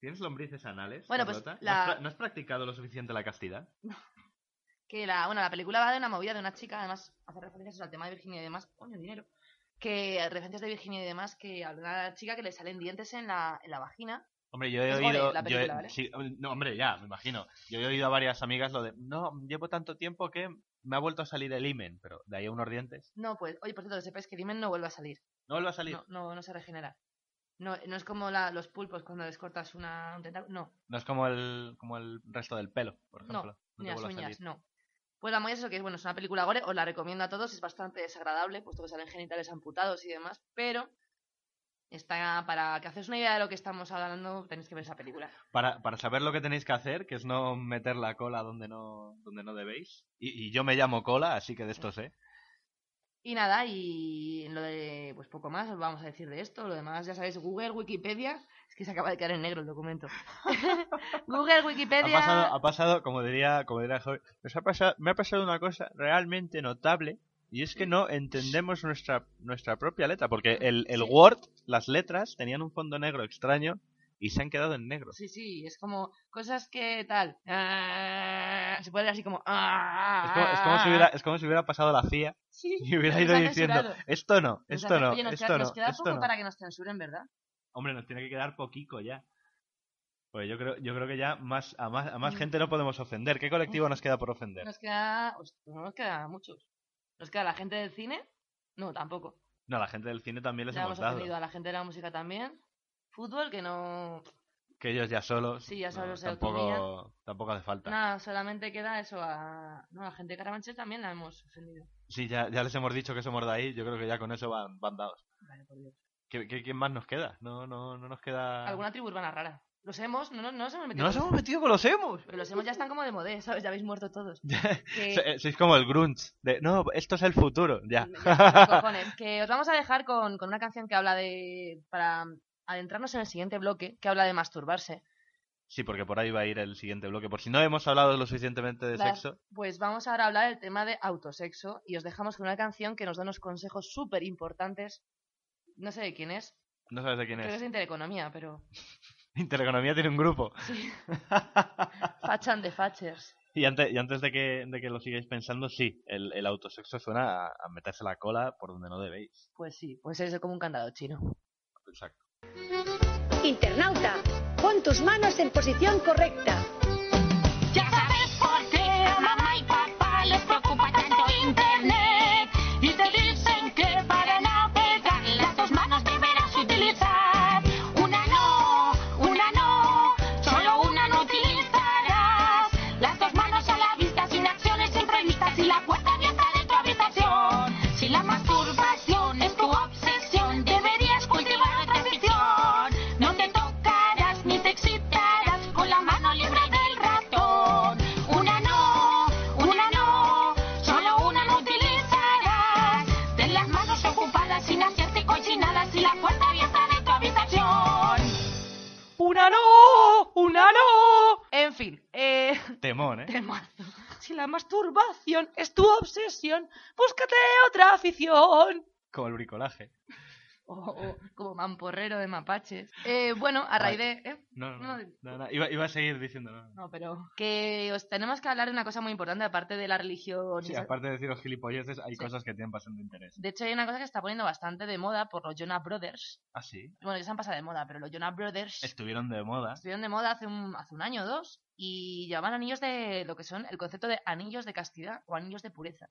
[SPEAKER 2] ¿Tienes lombrices anales,
[SPEAKER 1] Bueno, pues,
[SPEAKER 2] Carlota?
[SPEAKER 1] la-
[SPEAKER 2] ¿No, has pra- no has practicado lo suficiente la castidad?
[SPEAKER 1] que la, bueno, la película va de una movida de una chica, además hace referencias al tema de Virginia y demás, coño, dinero, que referencias de Virginia y demás, que a una chica que le salen dientes en la, en la vagina
[SPEAKER 2] Hombre, yo he
[SPEAKER 1] Es gore
[SPEAKER 2] oído.
[SPEAKER 1] la
[SPEAKER 2] yo he-
[SPEAKER 1] película, ¿vale?
[SPEAKER 2] sí, no, hombre, ya, me imagino. Yo he oído a varias amigas lo de. No, llevo tanto tiempo que me ha vuelto a salir el imen, pero de ahí a unos dientes.
[SPEAKER 1] No, pues, oye, por cierto, que sepáis que el imen no vuelve a salir.
[SPEAKER 2] No vuelve a salir.
[SPEAKER 1] No,
[SPEAKER 2] No,
[SPEAKER 1] no, no se regenera. No, no es como la, los pulpos cuando les cortas una, un tentáculo. No,
[SPEAKER 2] es como el, como el resto del pelo, por
[SPEAKER 1] No,
[SPEAKER 2] ejemplo.
[SPEAKER 1] ni
[SPEAKER 2] te
[SPEAKER 1] las
[SPEAKER 2] vuelve a
[SPEAKER 1] uñas,
[SPEAKER 2] salir.
[SPEAKER 1] no. Pues la molla es eso que es, bueno, es una película gore, os la recomiendo a todos, es bastante desagradable, puesto que salen genitales amputados y demás, pero está para que haces una idea de lo que estamos hablando, tenéis que ver esa película.
[SPEAKER 2] Para, para saber lo que tenéis que hacer, que es no meter la cola donde no, donde no debéis. Y, y yo me llamo cola, así que de esto sé.
[SPEAKER 1] Y nada, y lo de, pues poco más, os vamos a decir de esto, lo demás ya sabéis, Google, Wikipedia, es que se acaba de quedar en negro el documento. Google,
[SPEAKER 2] Ha
[SPEAKER 1] Wikipedia...
[SPEAKER 2] pasado, ha pasado, como diría, como diría Jorge, nos ha pasado, me ha pasado una cosa realmente notable y es que no entendemos nuestra nuestra propia letra porque el, el
[SPEAKER 1] Sí.
[SPEAKER 2] Word, las letras tenían un fondo negro extraño y se han quedado en negro.
[SPEAKER 1] Sí, sí, es como cosas que tal. Ah, se puede leer así como. ah,
[SPEAKER 2] Es como, es como si hubiera, es como si hubiera pasado la CIA
[SPEAKER 1] Sí.
[SPEAKER 2] y hubiera
[SPEAKER 1] Nos
[SPEAKER 2] ido
[SPEAKER 1] han
[SPEAKER 2] diciendo
[SPEAKER 1] censurado.
[SPEAKER 2] esto no,
[SPEAKER 1] Nos
[SPEAKER 2] esto
[SPEAKER 1] han-
[SPEAKER 2] no,
[SPEAKER 1] oye, nos
[SPEAKER 2] esto
[SPEAKER 1] queda-
[SPEAKER 2] no,
[SPEAKER 1] Nos queda
[SPEAKER 2] esto
[SPEAKER 1] poco
[SPEAKER 2] no.
[SPEAKER 1] para que nos censuren, ¿verdad?
[SPEAKER 2] Hombre, nos tiene que quedar poquico ya. Pues yo creo, yo creo que ya más a más a más
[SPEAKER 1] Mm.
[SPEAKER 2] gente no podemos ofender. ¿Qué colectivo nos queda por ofender?
[SPEAKER 1] Nos queda. Pues no nos queda muchos. Nos queda la gente del cine. No, tampoco.
[SPEAKER 2] No, a la gente del cine también les
[SPEAKER 1] Ya
[SPEAKER 2] hemos
[SPEAKER 1] hemos
[SPEAKER 2] dado.
[SPEAKER 1] ofendido a la gente de la música también. Fútbol, que no.
[SPEAKER 2] Que ellos ya solos.
[SPEAKER 1] Sí, ya solos se
[SPEAKER 2] tampoco, tampoco hace falta.
[SPEAKER 1] Nada, solamente queda eso a. No, la gente de Carabanchel también la hemos ofendido.
[SPEAKER 2] Sí, ya, ya les hemos dicho que somos de ahí. Yo creo que ya con eso van, van dados.
[SPEAKER 1] Vale, por Dios.
[SPEAKER 2] ¿Qué, qué, quién más nos queda? No, no, no nos queda.
[SPEAKER 1] Alguna tribu urbana rara. Los hemos, no, no, no nos hemos metido.
[SPEAKER 2] Ah. No nos
[SPEAKER 1] con
[SPEAKER 2] hemos
[SPEAKER 1] los-
[SPEAKER 2] metido con los emos.
[SPEAKER 1] Pero los hemos ya están como de modé, ¿sabes? Ya habéis muerto todos. Que-
[SPEAKER 2] So- eh, Sois como el grunge. De, no, esto es el futuro. Ya.
[SPEAKER 1] Ya, cojones. Que os vamos a dejar con, con una canción que habla de. para adentrarnos en el siguiente bloque, que habla de masturbarse.
[SPEAKER 2] sí, porque por ahí va a ir el siguiente bloque. Por si no hemos hablado lo suficientemente de
[SPEAKER 1] Claro.
[SPEAKER 2] sexo.
[SPEAKER 1] Pues vamos ahora a hablar del tema de autosexo y os dejamos con una canción que nos da unos consejos súper importantes. No sé de quién es,
[SPEAKER 2] No sabes de quién
[SPEAKER 1] creo que es
[SPEAKER 2] es.
[SPEAKER 1] de Intereconomía, pero.
[SPEAKER 2] Intereconomía tiene un grupo.
[SPEAKER 1] Sí. Fachan de Fachers.
[SPEAKER 2] Y antes, y antes de, que, de que lo sigáis pensando, sí, el, el autosexo suena a, a meterse la cola por donde no debéis.
[SPEAKER 1] Pues sí, pues es como un candado chino.
[SPEAKER 2] Exacto.
[SPEAKER 5] Internauta, pon tus manos en posición correcta.
[SPEAKER 6] Ya sabes por qué a mamá y papá les preocupa tanto internet y te dicen que para navegar las dos manos deberás utilizar una no, una no, solo una no utilizarás las dos manos a la vista sin acciones imprevistas y la puerta abierta de tu habitación. Si la masturbación es tu obsesión deberías cultivar otra afición. No te tocarás ni te excitarás con la mano libre del ratón. Una no, una no, solo una no utilizarás. Ten las manos ocupadas sin hacerte cochinadas y la puerta abierta de tu habitación.
[SPEAKER 1] ¡Una no! ¡Una no! En fin, eh.
[SPEAKER 2] Temón, ¿eh?
[SPEAKER 1] Temazo. Si la masturbación es tu obsesión, búscate otra afición.
[SPEAKER 2] Como el bricolaje.
[SPEAKER 1] O o como mamporrero de mapaches. Eh, bueno, a raíz de... ¿eh?
[SPEAKER 2] No, no,
[SPEAKER 1] No,
[SPEAKER 2] no,
[SPEAKER 1] de-
[SPEAKER 2] no, no, Iba, iba a seguir diciendo. no, no.
[SPEAKER 1] No, pero... Que os tenemos que hablar de una cosa muy importante, aparte de la religión... y
[SPEAKER 2] Sí,
[SPEAKER 1] esa-
[SPEAKER 2] aparte de deciros gilipolleces, hay
[SPEAKER 1] Sí.
[SPEAKER 2] cosas que tienen bastante interés.
[SPEAKER 1] De hecho, hay una cosa que está poniendo bastante de moda por los Jonah Brothers.
[SPEAKER 2] Ah, sí.
[SPEAKER 1] Bueno, ya se han pasado de moda, pero los Jonah Brothers
[SPEAKER 2] Estuvieron de moda.
[SPEAKER 1] estuvieron de moda hace un, hace un año o dos y llevaban anillos de lo que son el concepto de anillos de castidad o anillos de pureza.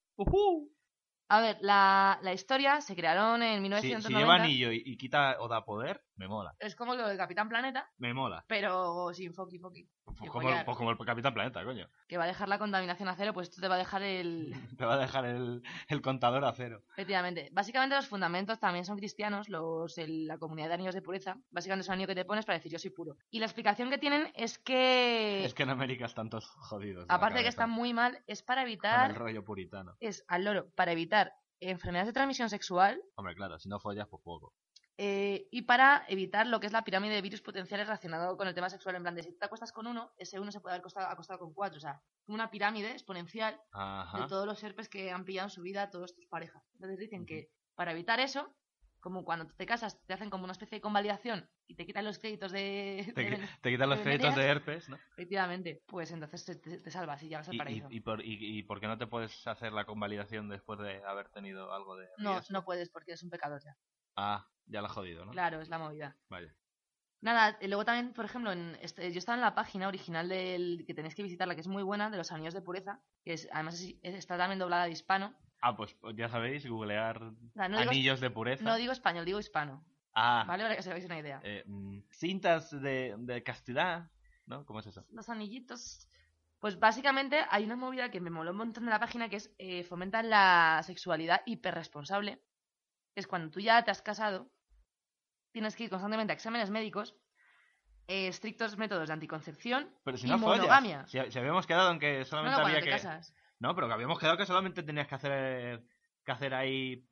[SPEAKER 1] A ver, la, la historia se crearon en
[SPEAKER 2] Si,
[SPEAKER 1] 1990.
[SPEAKER 2] si lleva anillo y, y quita o da poder, me mola.
[SPEAKER 1] es como lo de Capitán Planeta,
[SPEAKER 2] Me mola.
[SPEAKER 1] pero sin foqui foqui.
[SPEAKER 2] Pues
[SPEAKER 1] Y
[SPEAKER 2] como,
[SPEAKER 1] follar.
[SPEAKER 2] pues como el Capitán Planeta, coño.
[SPEAKER 1] Que va a dejar la contaminación a cero, pues esto te va a dejar el...
[SPEAKER 2] Te va a dejar el, el contador a cero.
[SPEAKER 1] Efectivamente. Básicamente los fundamentos también son cristianos, los el- la comunidad de anillos de pureza. Básicamente es un anillo que te pones para decir yo soy puro. Y la explicación que tienen es que...
[SPEAKER 2] Es que en América están todos jodidos. de la
[SPEAKER 1] aparte de que
[SPEAKER 2] cabeza,
[SPEAKER 1] están muy mal, es para
[SPEAKER 2] Con el
[SPEAKER 1] evitar...
[SPEAKER 2] rollo puritano.
[SPEAKER 1] Es al loro, para evitar enfermedades de transmisión sexual
[SPEAKER 2] Hombre, claro, si no follas, pues poco.
[SPEAKER 1] eh, y para evitar lo que es la pirámide de virus potenciales relacionado con el tema sexual. En plan, de si te acuestas con uno, ese uno se puede haber costado- acostado con cuatro. O sea, como una pirámide exponencial
[SPEAKER 2] Ajá.
[SPEAKER 1] de todos los herpes que han pillado en su vida a todas tus parejas. Entonces dicen que para evitar eso, como cuando te casas te hacen como una especie de convalidación y te quitan los créditos de...
[SPEAKER 2] Te,
[SPEAKER 1] de
[SPEAKER 2] qui-
[SPEAKER 1] ven-
[SPEAKER 2] te quitan los
[SPEAKER 1] de
[SPEAKER 2] créditos de
[SPEAKER 1] veneras.
[SPEAKER 2] herpes, ¿no?
[SPEAKER 1] Efectivamente, pues entonces te, te- te salvas y ya vas al
[SPEAKER 2] Y, y-
[SPEAKER 1] paraíso.
[SPEAKER 2] y por, y, y por qué no te puedes hacer la convalidación después de haber tenido algo de
[SPEAKER 1] no,
[SPEAKER 2] riesgo?
[SPEAKER 1] no puedes porque eres un pecador ya.
[SPEAKER 2] Ah, ya la has jodido, ¿no?
[SPEAKER 1] Claro, es la movida.
[SPEAKER 2] Vaya.
[SPEAKER 1] Nada, y luego también, por ejemplo, en este- yo estaba en la página original del que tenéis que visitar, la que es muy buena, de los anillos de pureza, que es, además es- es- está también doblada de hispano.
[SPEAKER 2] Ah, pues ya sabéis, googlear
[SPEAKER 1] O sea, no, digo,
[SPEAKER 2] anillos de pureza.
[SPEAKER 1] no digo español, digo hispano,
[SPEAKER 2] ah,
[SPEAKER 1] ¿vale? Para que os hagáis una idea.
[SPEAKER 2] eh, mm, cintas de, de castidad, ¿no? ¿Cómo es eso?
[SPEAKER 1] Los anillitos. Pues básicamente hay una movida que me moló un montón de la página que es eh, fomentan la sexualidad hiperresponsable. Es cuando tú ya te has casado, tienes que ir constantemente a exámenes médicos, eh, estrictos métodos de anticoncepción
[SPEAKER 2] Pero si
[SPEAKER 1] y
[SPEAKER 2] no follas.
[SPEAKER 1] monogamia.
[SPEAKER 2] Si, si habíamos quedado en que
[SPEAKER 1] No,
[SPEAKER 2] solamente
[SPEAKER 1] no, cuando
[SPEAKER 2] había
[SPEAKER 1] te
[SPEAKER 2] que...
[SPEAKER 1] casas.
[SPEAKER 2] No, pero que habíamos quedado que solamente tenías que hacer que hacer ahí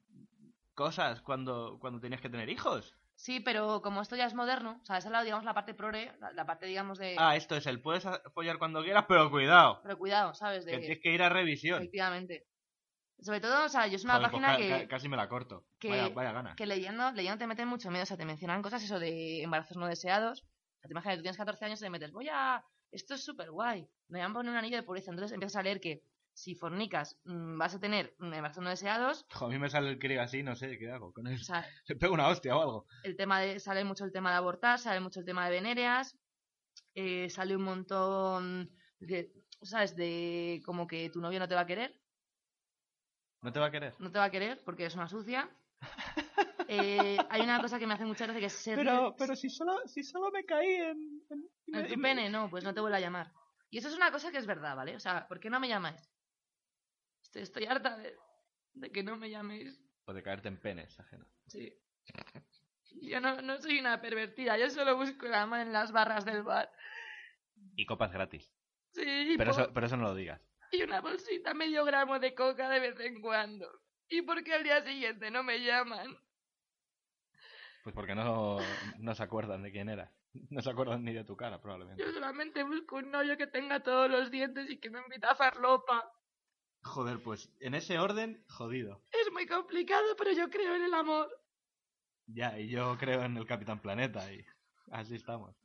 [SPEAKER 2] cosas cuando, cuando tenías que tener hijos.
[SPEAKER 1] Sí, pero como esto ya es moderno, o sea, esa es la, digamos, la parte prore, la, la parte, digamos, de...
[SPEAKER 2] Ah, esto es el puedes apoyar cuando quieras, pero cuidado,
[SPEAKER 1] Pero cuidado, ¿sabes?
[SPEAKER 2] que
[SPEAKER 1] De,
[SPEAKER 2] tienes que ir a revisión.
[SPEAKER 1] efectivamente. Sobre todo, o sea, yo es una
[SPEAKER 2] Joder, pues
[SPEAKER 1] página
[SPEAKER 2] ca-
[SPEAKER 1] que...
[SPEAKER 2] ca- casi me la corto.
[SPEAKER 1] que-
[SPEAKER 2] vaya, vaya ganas.
[SPEAKER 1] que leyendo, leyendo te meten mucho miedo, o sea, te mencionan cosas eso de embarazos no deseados. O sea, te imaginas, tú tienes 14 años y te metes, voy a... Esto es súper guay, me van a poner un anillo de pureza. Entonces empiezas a leer que si fornicas mm, vas a tener mm, embarazos no deseados,
[SPEAKER 2] Jo, a mí me sale el crío así, no sé qué hago con
[SPEAKER 1] o
[SPEAKER 2] eso.
[SPEAKER 1] sea,
[SPEAKER 2] Le pego una hostia o algo.
[SPEAKER 1] el tema de, sale mucho el tema de abortar, sale mucho el tema de venéreas, eh, sale un montón de, ¿sabes? De como que tu novio no te va a querer,
[SPEAKER 2] ¿No te va a querer?
[SPEAKER 1] no te va a querer porque es una sucia. Eh, hay una cosa que me hace mucha gracia que es ser
[SPEAKER 2] Pero, pero si solo, si solo me caí en... en-
[SPEAKER 1] En
[SPEAKER 2] en-
[SPEAKER 1] tu pene, no, pues no te vuelvo a llamar. Y eso es una cosa que es verdad, ¿vale? O sea, ¿por qué no me llamáis? Estoy, estoy harta de, de que no me llaméis.
[SPEAKER 2] O de caerte en penes, ajeno.
[SPEAKER 1] Sí. Yo no, no soy una pervertida, yo solo busco el ama en las barras del bar.
[SPEAKER 2] Y copas gratis.
[SPEAKER 1] Sí, y,
[SPEAKER 2] Pero
[SPEAKER 1] po-
[SPEAKER 2] eso, pero eso no lo digas.
[SPEAKER 1] y una bolsita, medio gramo de coca de vez en cuando. ¿Y por qué al día siguiente no me llaman?
[SPEAKER 2] Pues porque no, no se acuerdan de quién era. No se acuerdan ni de tu cara, probablemente.
[SPEAKER 1] Yo solamente busco un novio que tenga todos los dientes y que me invita a farlopa.
[SPEAKER 2] Joder, pues en ese orden, jodido.
[SPEAKER 1] Es muy complicado, pero yo creo en el amor.
[SPEAKER 2] Ya, y yo creo en el Capitán Planeta y así estamos.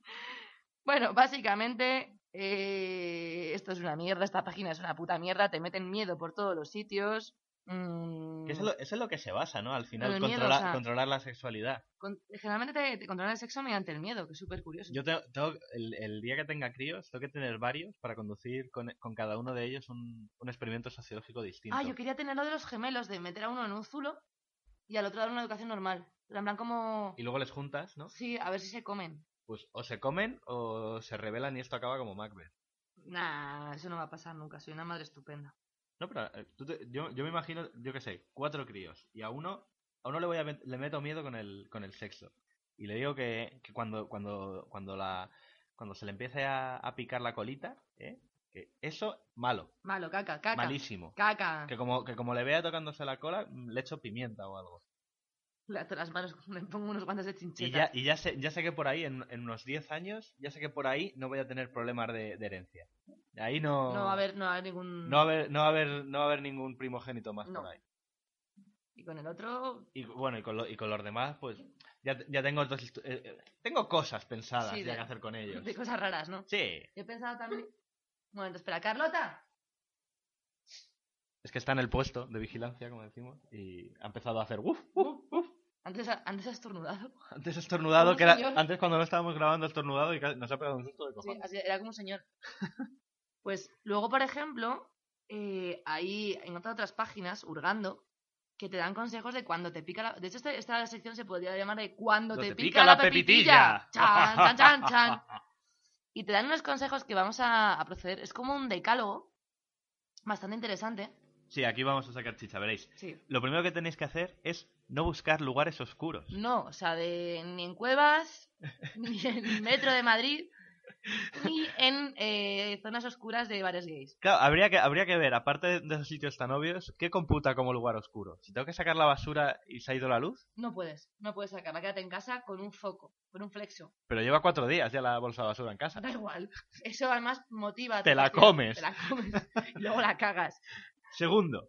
[SPEAKER 1] Bueno, básicamente, eh, esto es una mierda, esta página es una puta mierda, te meten miedo por todos los sitios. mm,
[SPEAKER 2] Eso es, lo, eso es lo que se basa, ¿no? Al final,
[SPEAKER 1] Con el miedo,
[SPEAKER 2] controla-
[SPEAKER 1] o sea.
[SPEAKER 2] controlar la sexualidad.
[SPEAKER 1] con- generalmente te, te controlan el sexo mediante el miedo, que es súper curioso.
[SPEAKER 2] Yo tengo, tengo- el, el día que tenga críos, tengo que tener varios para conducir con, con cada uno de ellos un, un experimento sociológico distinto.
[SPEAKER 1] Ah, yo quería tener lo de los gemelos, de meter a uno en un zulo y al otro dar una educación normal. Pero en plan como...
[SPEAKER 2] Y luego les juntas, ¿no?
[SPEAKER 1] Sí, a ver si se comen.
[SPEAKER 2] Pues o se comen o se rebelan y esto acaba como Macbeth.
[SPEAKER 1] Nah, eso no va a pasar nunca, soy una madre estupenda.
[SPEAKER 2] No, pero eh, tú te- yo, yo me imagino, yo qué sé, cuatro críos y a uno, a uno le voy a met- le meto miedo con el, con el sexo. Y le digo que, que cuando, cuando, cuando la cuando se le empiece a, a picar la colita, ¿eh? que eso, malo,
[SPEAKER 1] Malo, caca, caca.
[SPEAKER 2] malísimo.
[SPEAKER 1] Caca.
[SPEAKER 2] Que como, que como le vea tocándose la cola, mm, le echo pimienta o algo.
[SPEAKER 1] Le ato las manos, me pongo unos guantes de chincheta.
[SPEAKER 2] Y ya, y ya sé, ya sé que por ahí, en, en unos 10 años, ya sé que por ahí no voy a tener problemas de, de herencia. Ahí no,
[SPEAKER 1] No va a haber, no va a haber ningún...
[SPEAKER 2] no va a haber, no va a haber, no va a haber ningún primogénito más
[SPEAKER 1] No.
[SPEAKER 2] por ahí.
[SPEAKER 1] Y con el otro,
[SPEAKER 2] Y bueno, y con, lo- y con los demás, pues ya, te- ya tengo dos histo- eh, eh, tengo cosas pensadas
[SPEAKER 1] Sí,
[SPEAKER 2] ya
[SPEAKER 1] de-
[SPEAKER 2] que hacer con ellos.
[SPEAKER 1] de cosas raras, ¿no?
[SPEAKER 2] Sí,
[SPEAKER 1] He pensado también. Un momento, espera, Carlota.
[SPEAKER 2] es que está en el puesto de vigilancia, como decimos, y ha empezado a hacer uf, uf, uf.
[SPEAKER 1] Antes, ha- antes has estornudado.
[SPEAKER 2] Antes estornudado, que era,
[SPEAKER 1] Señor.
[SPEAKER 2] antes cuando no estábamos grabando estornudado y ca- nos ha pegado un susto de
[SPEAKER 1] Sí,
[SPEAKER 2] cojones.
[SPEAKER 1] así- era como un señor. Pues luego, por ejemplo, eh, ahí he encontrado otras páginas, hurgando, que te dan consejos de cuando te pica la. De hecho, este- esta sección se podría llamar de cuando te, pica, la pepitilla. Chan, chan, chan, chan. Y te dan unos consejos que vamos a, a proceder. Es como un decálogo bastante interesante.
[SPEAKER 2] Sí, aquí vamos a sacar chicha, veréis.
[SPEAKER 1] Sí.
[SPEAKER 2] Lo primero que tenéis que hacer es no buscar lugares oscuros.
[SPEAKER 1] No, o sea, de, ni en cuevas, ni en metro de Madrid, ni en eh, zonas oscuras de bares gays.
[SPEAKER 2] Claro, habría que, habría que ver, aparte de- de esos sitios tan obvios, ¿qué computa como lugar oscuro? Si tengo que sacar la basura y se ha ido la luz,
[SPEAKER 1] No puedes, no puedes sacarla. Quédate en casa con un foco, con un flexo.
[SPEAKER 2] pero lleva cuatro días ya la bolsa de basura en casa.
[SPEAKER 1] Da igual. Eso además motiva. a
[SPEAKER 2] Te
[SPEAKER 1] tu
[SPEAKER 2] la
[SPEAKER 1] vecino.
[SPEAKER 2] comes.
[SPEAKER 1] Te la comes. Y luego la cagas.
[SPEAKER 2] Segundo,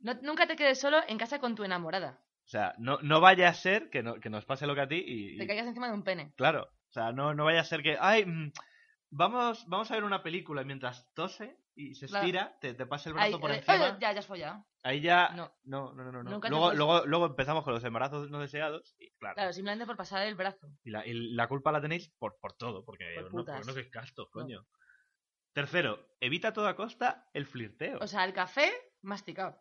[SPEAKER 1] No- nunca te quedes solo en casa con tu enamorada.
[SPEAKER 2] o sea, no, no vaya a ser que, no- que nos pase lo que a ti y... y-
[SPEAKER 1] Te caigas encima de un pene.
[SPEAKER 2] claro, o sea, no, no vaya a ser que... ¡Ay! mm, Vamos, vamos a ver una película y mientras tose y se
[SPEAKER 1] Claro.
[SPEAKER 2] estira, te, te pasa el brazo
[SPEAKER 1] Ahí,
[SPEAKER 2] por
[SPEAKER 1] eh,
[SPEAKER 2] encima.
[SPEAKER 1] ya, ya has follado.
[SPEAKER 2] Ahí ya. No,
[SPEAKER 1] No.
[SPEAKER 2] no, no. no, no.
[SPEAKER 1] Nunca te
[SPEAKER 2] Luego,
[SPEAKER 1] puedes-
[SPEAKER 2] luego, luego empezamos con los embarazos no deseados. Y, claro,
[SPEAKER 1] Claro, simplemente por pasar el brazo.
[SPEAKER 2] y la, y la culpa la tenéis por, por todo, porque
[SPEAKER 1] Por
[SPEAKER 2] no-
[SPEAKER 1] putas.
[SPEAKER 2] porque no sois castos, coño. Tercero, evita a toda costa el flirteo.
[SPEAKER 1] O sea, el café masticado.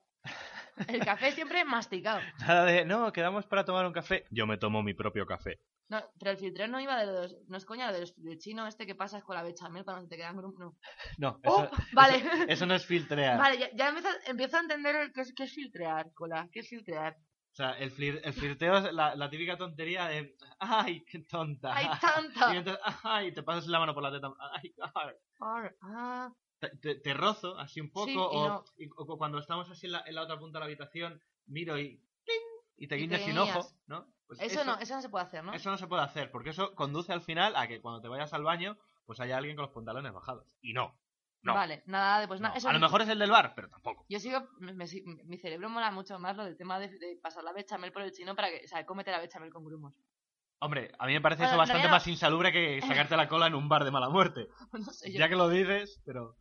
[SPEAKER 1] El café siempre masticado.
[SPEAKER 2] Nada de, no, quedamos para tomar un café. Yo me tomo mi propio café.
[SPEAKER 1] No, pero el filtreo no iba de los... No es coña lo de los- del chino este que pasas con la bechamel cuando se te quedan con un... no.
[SPEAKER 2] No,
[SPEAKER 1] ¡Oh!
[SPEAKER 2] eso,
[SPEAKER 1] vale.
[SPEAKER 2] eso no es filtrear.
[SPEAKER 1] Vale, ya, ya empiezo, empiezo a entender el- qué es, qué es filtrear, cola. ¿Qué es filtrear?
[SPEAKER 2] O sea, el, flir- el flirteo es la, la típica tontería de, ay, qué tonta.
[SPEAKER 1] ¡Ay,
[SPEAKER 2] Y
[SPEAKER 1] tanta!
[SPEAKER 2] entonces, ay, te pasas la mano por la teta. Ay, ar.
[SPEAKER 1] Ar, ah.
[SPEAKER 2] Te- te, te rozo así un poco
[SPEAKER 1] Sí, y
[SPEAKER 2] o,
[SPEAKER 1] no.
[SPEAKER 2] y- o cu- cuando estamos así en la, en la otra punta de la habitación, miro y ¡ting!
[SPEAKER 1] Y
[SPEAKER 2] y te
[SPEAKER 1] te
[SPEAKER 2] guiñas sin
[SPEAKER 1] guiñas.
[SPEAKER 2] ojo, ¿no? Pues
[SPEAKER 1] Eso, no, eso no se puede hacer, ¿no?
[SPEAKER 2] eso no se puede hacer, porque eso conduce al final a que cuando te vayas al baño, pues haya alguien con los pantalones bajados. Y no. no.
[SPEAKER 1] Vale, nada de pues
[SPEAKER 2] no.
[SPEAKER 1] nada. eso
[SPEAKER 2] a lo
[SPEAKER 1] no-
[SPEAKER 2] mejor es el del bar, pero tampoco.
[SPEAKER 1] Yo sigo, me- me si- mi cerebro mola mucho más lo del tema de, de pasar la bechamel por el chino para que, o sea, cómete la bechamel con grumos.
[SPEAKER 2] Hombre, a mí me parece
[SPEAKER 1] Bueno,
[SPEAKER 2] eso
[SPEAKER 1] en
[SPEAKER 2] bastante
[SPEAKER 1] realidad-
[SPEAKER 2] más insalubre que sacarte la cola en un bar de mala muerte.
[SPEAKER 1] Pues No sé, yo-
[SPEAKER 2] Ya que lo dices, pero...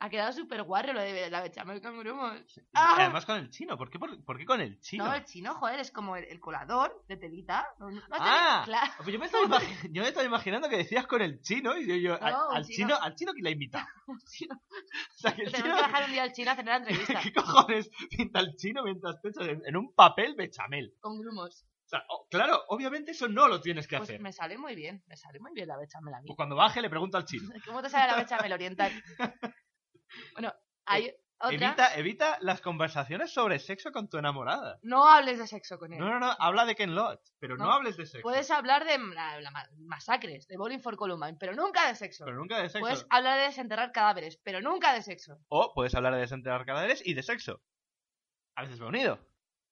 [SPEAKER 1] Ha quedado súper guarro lo de la bechamel con grumos.
[SPEAKER 2] Y
[SPEAKER 1] ¡Ah!
[SPEAKER 2] Además con el chino, ¿por qué, por, por qué con el chino?
[SPEAKER 1] No, el chino, joder, es como el, el colador de telita. No, no- no
[SPEAKER 2] Ah.
[SPEAKER 1] tiene- claro.
[SPEAKER 2] Pues yo, me estaba imagi- yo me estaba imaginando que decías con el chino y yo, yo, al,
[SPEAKER 1] No, un
[SPEAKER 2] al chino.
[SPEAKER 1] chino.
[SPEAKER 2] al chino que la invita.
[SPEAKER 1] chino.
[SPEAKER 2] O sea, que el
[SPEAKER 1] Tenemos
[SPEAKER 2] chino,
[SPEAKER 1] que bajar un día al chino a hacer la entrevista
[SPEAKER 2] ¿Qué cojones pinta el chino mientras te echas en, en un papel bechamel?
[SPEAKER 1] con grumos.
[SPEAKER 2] O sea, o- claro, obviamente eso no lo tienes que
[SPEAKER 1] Pues
[SPEAKER 2] hacer.
[SPEAKER 1] me sale muy bien, me sale muy bien la bechamel a mí.
[SPEAKER 2] Pues cuando baje le pregunto al chino.
[SPEAKER 1] ¿Cómo te sale la bechamel oriental? Bueno, hay otra.
[SPEAKER 2] Eh, Evita, evita las conversaciones sobre sexo con tu enamorada.
[SPEAKER 1] No hables de sexo con él.
[SPEAKER 2] No, no, no, habla de Ken Lodge, pero no,
[SPEAKER 1] No.
[SPEAKER 2] hables de sexo.
[SPEAKER 1] Puedes hablar de la, la ma- masacres, de Bowling for Columbine, pero nunca de sexo.
[SPEAKER 2] Pero nunca de sexo.
[SPEAKER 1] Puedes hablar de desenterrar cadáveres, pero nunca de sexo.
[SPEAKER 2] O puedes hablar de desenterrar cadáveres y de sexo. A veces va unido.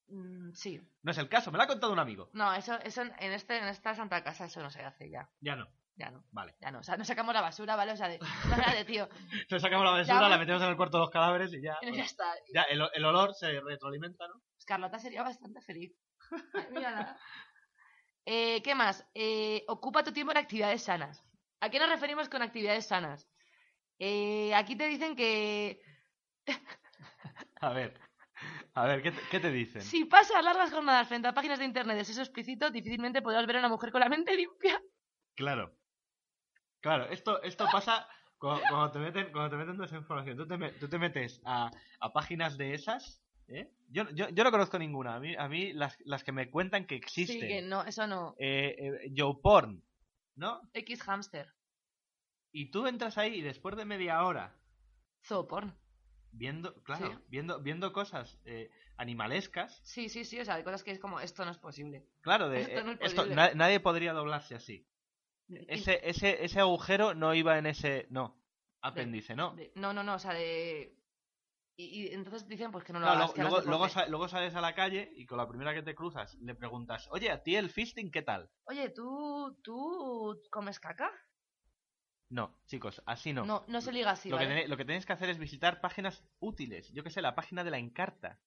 [SPEAKER 1] Mm, sí.
[SPEAKER 2] No es el caso, me lo ha contado un amigo.
[SPEAKER 1] No, eso, eso en, en este, en esta santa casa eso no se hace ya.
[SPEAKER 2] Ya no,
[SPEAKER 1] Ya no,
[SPEAKER 2] vale.
[SPEAKER 1] ya no. O sea, no sacamos la basura, ¿vale? O sea, de, no era de tío.
[SPEAKER 2] Entonces sacamos la
[SPEAKER 1] Ya,
[SPEAKER 2] basura, la
[SPEAKER 1] bueno.
[SPEAKER 2] metemos en el cuarto de los cadáveres y ya.
[SPEAKER 1] Ya
[SPEAKER 2] bueno,
[SPEAKER 1] está.
[SPEAKER 2] ya el, el olor se retroalimenta, ¿no?
[SPEAKER 1] Carlota sería bastante feliz. Ay, mírala. Eh, ¿Qué más? Eh, ocupa tu tiempo en actividades sanas. ¿A qué nos referimos con actividades sanas? Eh, aquí te dicen que
[SPEAKER 2] A ver. A ver, ¿qué te, qué te dicen?
[SPEAKER 1] Si pasas largas jornadas frente a páginas de internet de sexo explícito, difícilmente podrás ver a una mujer con la mente limpia.
[SPEAKER 2] Claro. Claro, esto, esto pasa cu- cuando, te meten, cuando te meten toda esa información. Tú te, me- tú te metes a, a páginas de esas. ¿eh? Yo, yo, yo no conozco ninguna. A mí, a mí las, las que me cuentan que existen.
[SPEAKER 1] Sí, que no, eso no.
[SPEAKER 2] Eh, eh, Yo Porn, ¿no?
[SPEAKER 1] X hamster.
[SPEAKER 2] Y tú entras ahí y después de media hora
[SPEAKER 1] Zooporn.
[SPEAKER 2] viendo, claro,
[SPEAKER 1] Sí.
[SPEAKER 2] viendo, viendo cosas eh, animalescas,
[SPEAKER 1] Sí, sí, sí, o sea, hay cosas que es como, esto no es posible.
[SPEAKER 2] Claro, de,
[SPEAKER 1] Esto no
[SPEAKER 2] eh,
[SPEAKER 1] es
[SPEAKER 2] esto-
[SPEAKER 1] posible.
[SPEAKER 2] na- nadie podría doblarse así. Ese, ese, ese agujero no iba en ese. No. Apéndice, no.
[SPEAKER 1] De- no, no, no, o sea, de... Y, y entonces dicen, pues que no lo
[SPEAKER 2] Claro,
[SPEAKER 1] hagas.
[SPEAKER 2] luego,
[SPEAKER 1] que hagas
[SPEAKER 2] luego- luego
[SPEAKER 1] deporte.
[SPEAKER 2] sa- luego sales a la calle y con la primera que te cruzas le preguntas, oye, a ti el fisting, ¿qué tal?
[SPEAKER 1] Oye, ¿tú, ¿tú comes caca?
[SPEAKER 2] No, chicos, así no.
[SPEAKER 1] No, no, se liga así,
[SPEAKER 2] lo, que
[SPEAKER 1] ¿vale?
[SPEAKER 2] tenéis, lo que tenéis que hacer es visitar páginas útiles. Yo qué sé, la página de la Encarta.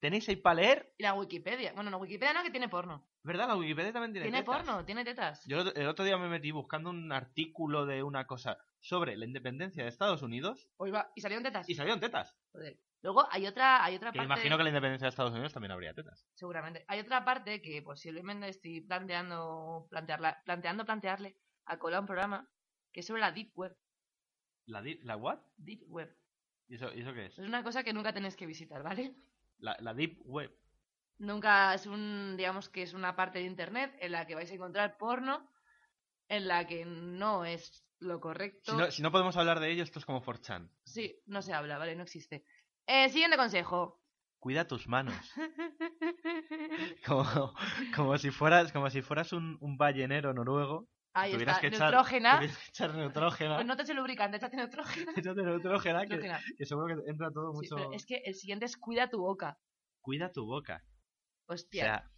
[SPEAKER 2] Tenéis ahí para leer,
[SPEAKER 1] Y la Wikipedia. Bueno, no, Wikipedia no, que tiene porno.
[SPEAKER 2] ¿verdad? La Wikipedia también tiene.
[SPEAKER 1] Tiene,
[SPEAKER 2] tetas.
[SPEAKER 1] porno, tiene tetas.
[SPEAKER 2] Yo el otro- el otro día me metí buscando un artículo de una cosa sobre la independencia de Estados Unidos
[SPEAKER 1] Hoy va- Y salieron tetas.
[SPEAKER 2] y salieron tetas.
[SPEAKER 1] Joder. Luego hay otra, hay otra
[SPEAKER 2] Que
[SPEAKER 1] parte...
[SPEAKER 2] imagino que la independencia de Estados Unidos también habría tetas.
[SPEAKER 1] seguramente. Hay otra parte que pues, posiblemente estoy planteando, plantearla, planteando plantearle a Cola un programa que es sobre la Deep Web.
[SPEAKER 2] ¿La, di- la what?
[SPEAKER 1] Deep Web.
[SPEAKER 2] ¿Y eso, y eso qué es?
[SPEAKER 1] Es una cosa que nunca tenéis que visitar, ¿vale?
[SPEAKER 2] La, la Deep Web.
[SPEAKER 1] Nunca es un, digamos que es una parte de internet en la que vais a encontrar porno, en la que no es lo correcto.
[SPEAKER 2] Si no, si no podemos hablar de ello, esto es como 4chan.
[SPEAKER 1] Sí, no se habla, ¿vale? No existe. Eh, siguiente consejo.
[SPEAKER 2] Cuida tus manos. Como, como si fueras, como si fueras un, un ballenero noruego.
[SPEAKER 1] Ahí
[SPEAKER 2] tuvieras
[SPEAKER 1] está,
[SPEAKER 2] que echar-
[SPEAKER 1] neutrógena.
[SPEAKER 2] tuvieras que echar neutrógena.
[SPEAKER 1] Pues no te eches lubricante, échate neutrógena.
[SPEAKER 2] Échate neutrógena, que,
[SPEAKER 1] neutrógena.
[SPEAKER 2] que seguro que entra todo
[SPEAKER 1] Sí,
[SPEAKER 2] mucho.
[SPEAKER 1] pero es que el siguiente es cuida tu boca.
[SPEAKER 2] Cuida tu boca. O
[SPEAKER 1] Hostia.
[SPEAKER 2] sea,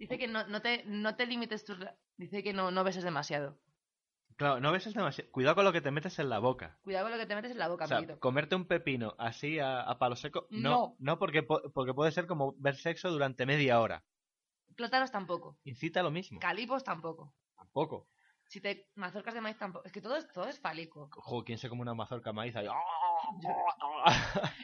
[SPEAKER 1] Dice que no, no, te, no te limites tus... re- Dice que no, no beses demasiado.
[SPEAKER 2] claro, no beses demasiado. Cuidado con lo que te metes en la boca.
[SPEAKER 1] Cuidado con lo que te metes en la boca,
[SPEAKER 2] O sea,
[SPEAKER 1] amiguito.
[SPEAKER 2] comerte un pepino así a, a palo seco, no. No,
[SPEAKER 1] No.
[SPEAKER 2] porque, po- porque puede ser como ver sexo durante media hora.
[SPEAKER 1] Plátanos tampoco.
[SPEAKER 2] Incita a lo mismo.
[SPEAKER 1] Calipos tampoco.
[SPEAKER 2] Tampoco.
[SPEAKER 1] Si te mazorcas de maíz tampoco. Es que todo es, todo es fálico.
[SPEAKER 2] Ojo, ¿quién se come una mazorca maíz ahí? ¡Ah!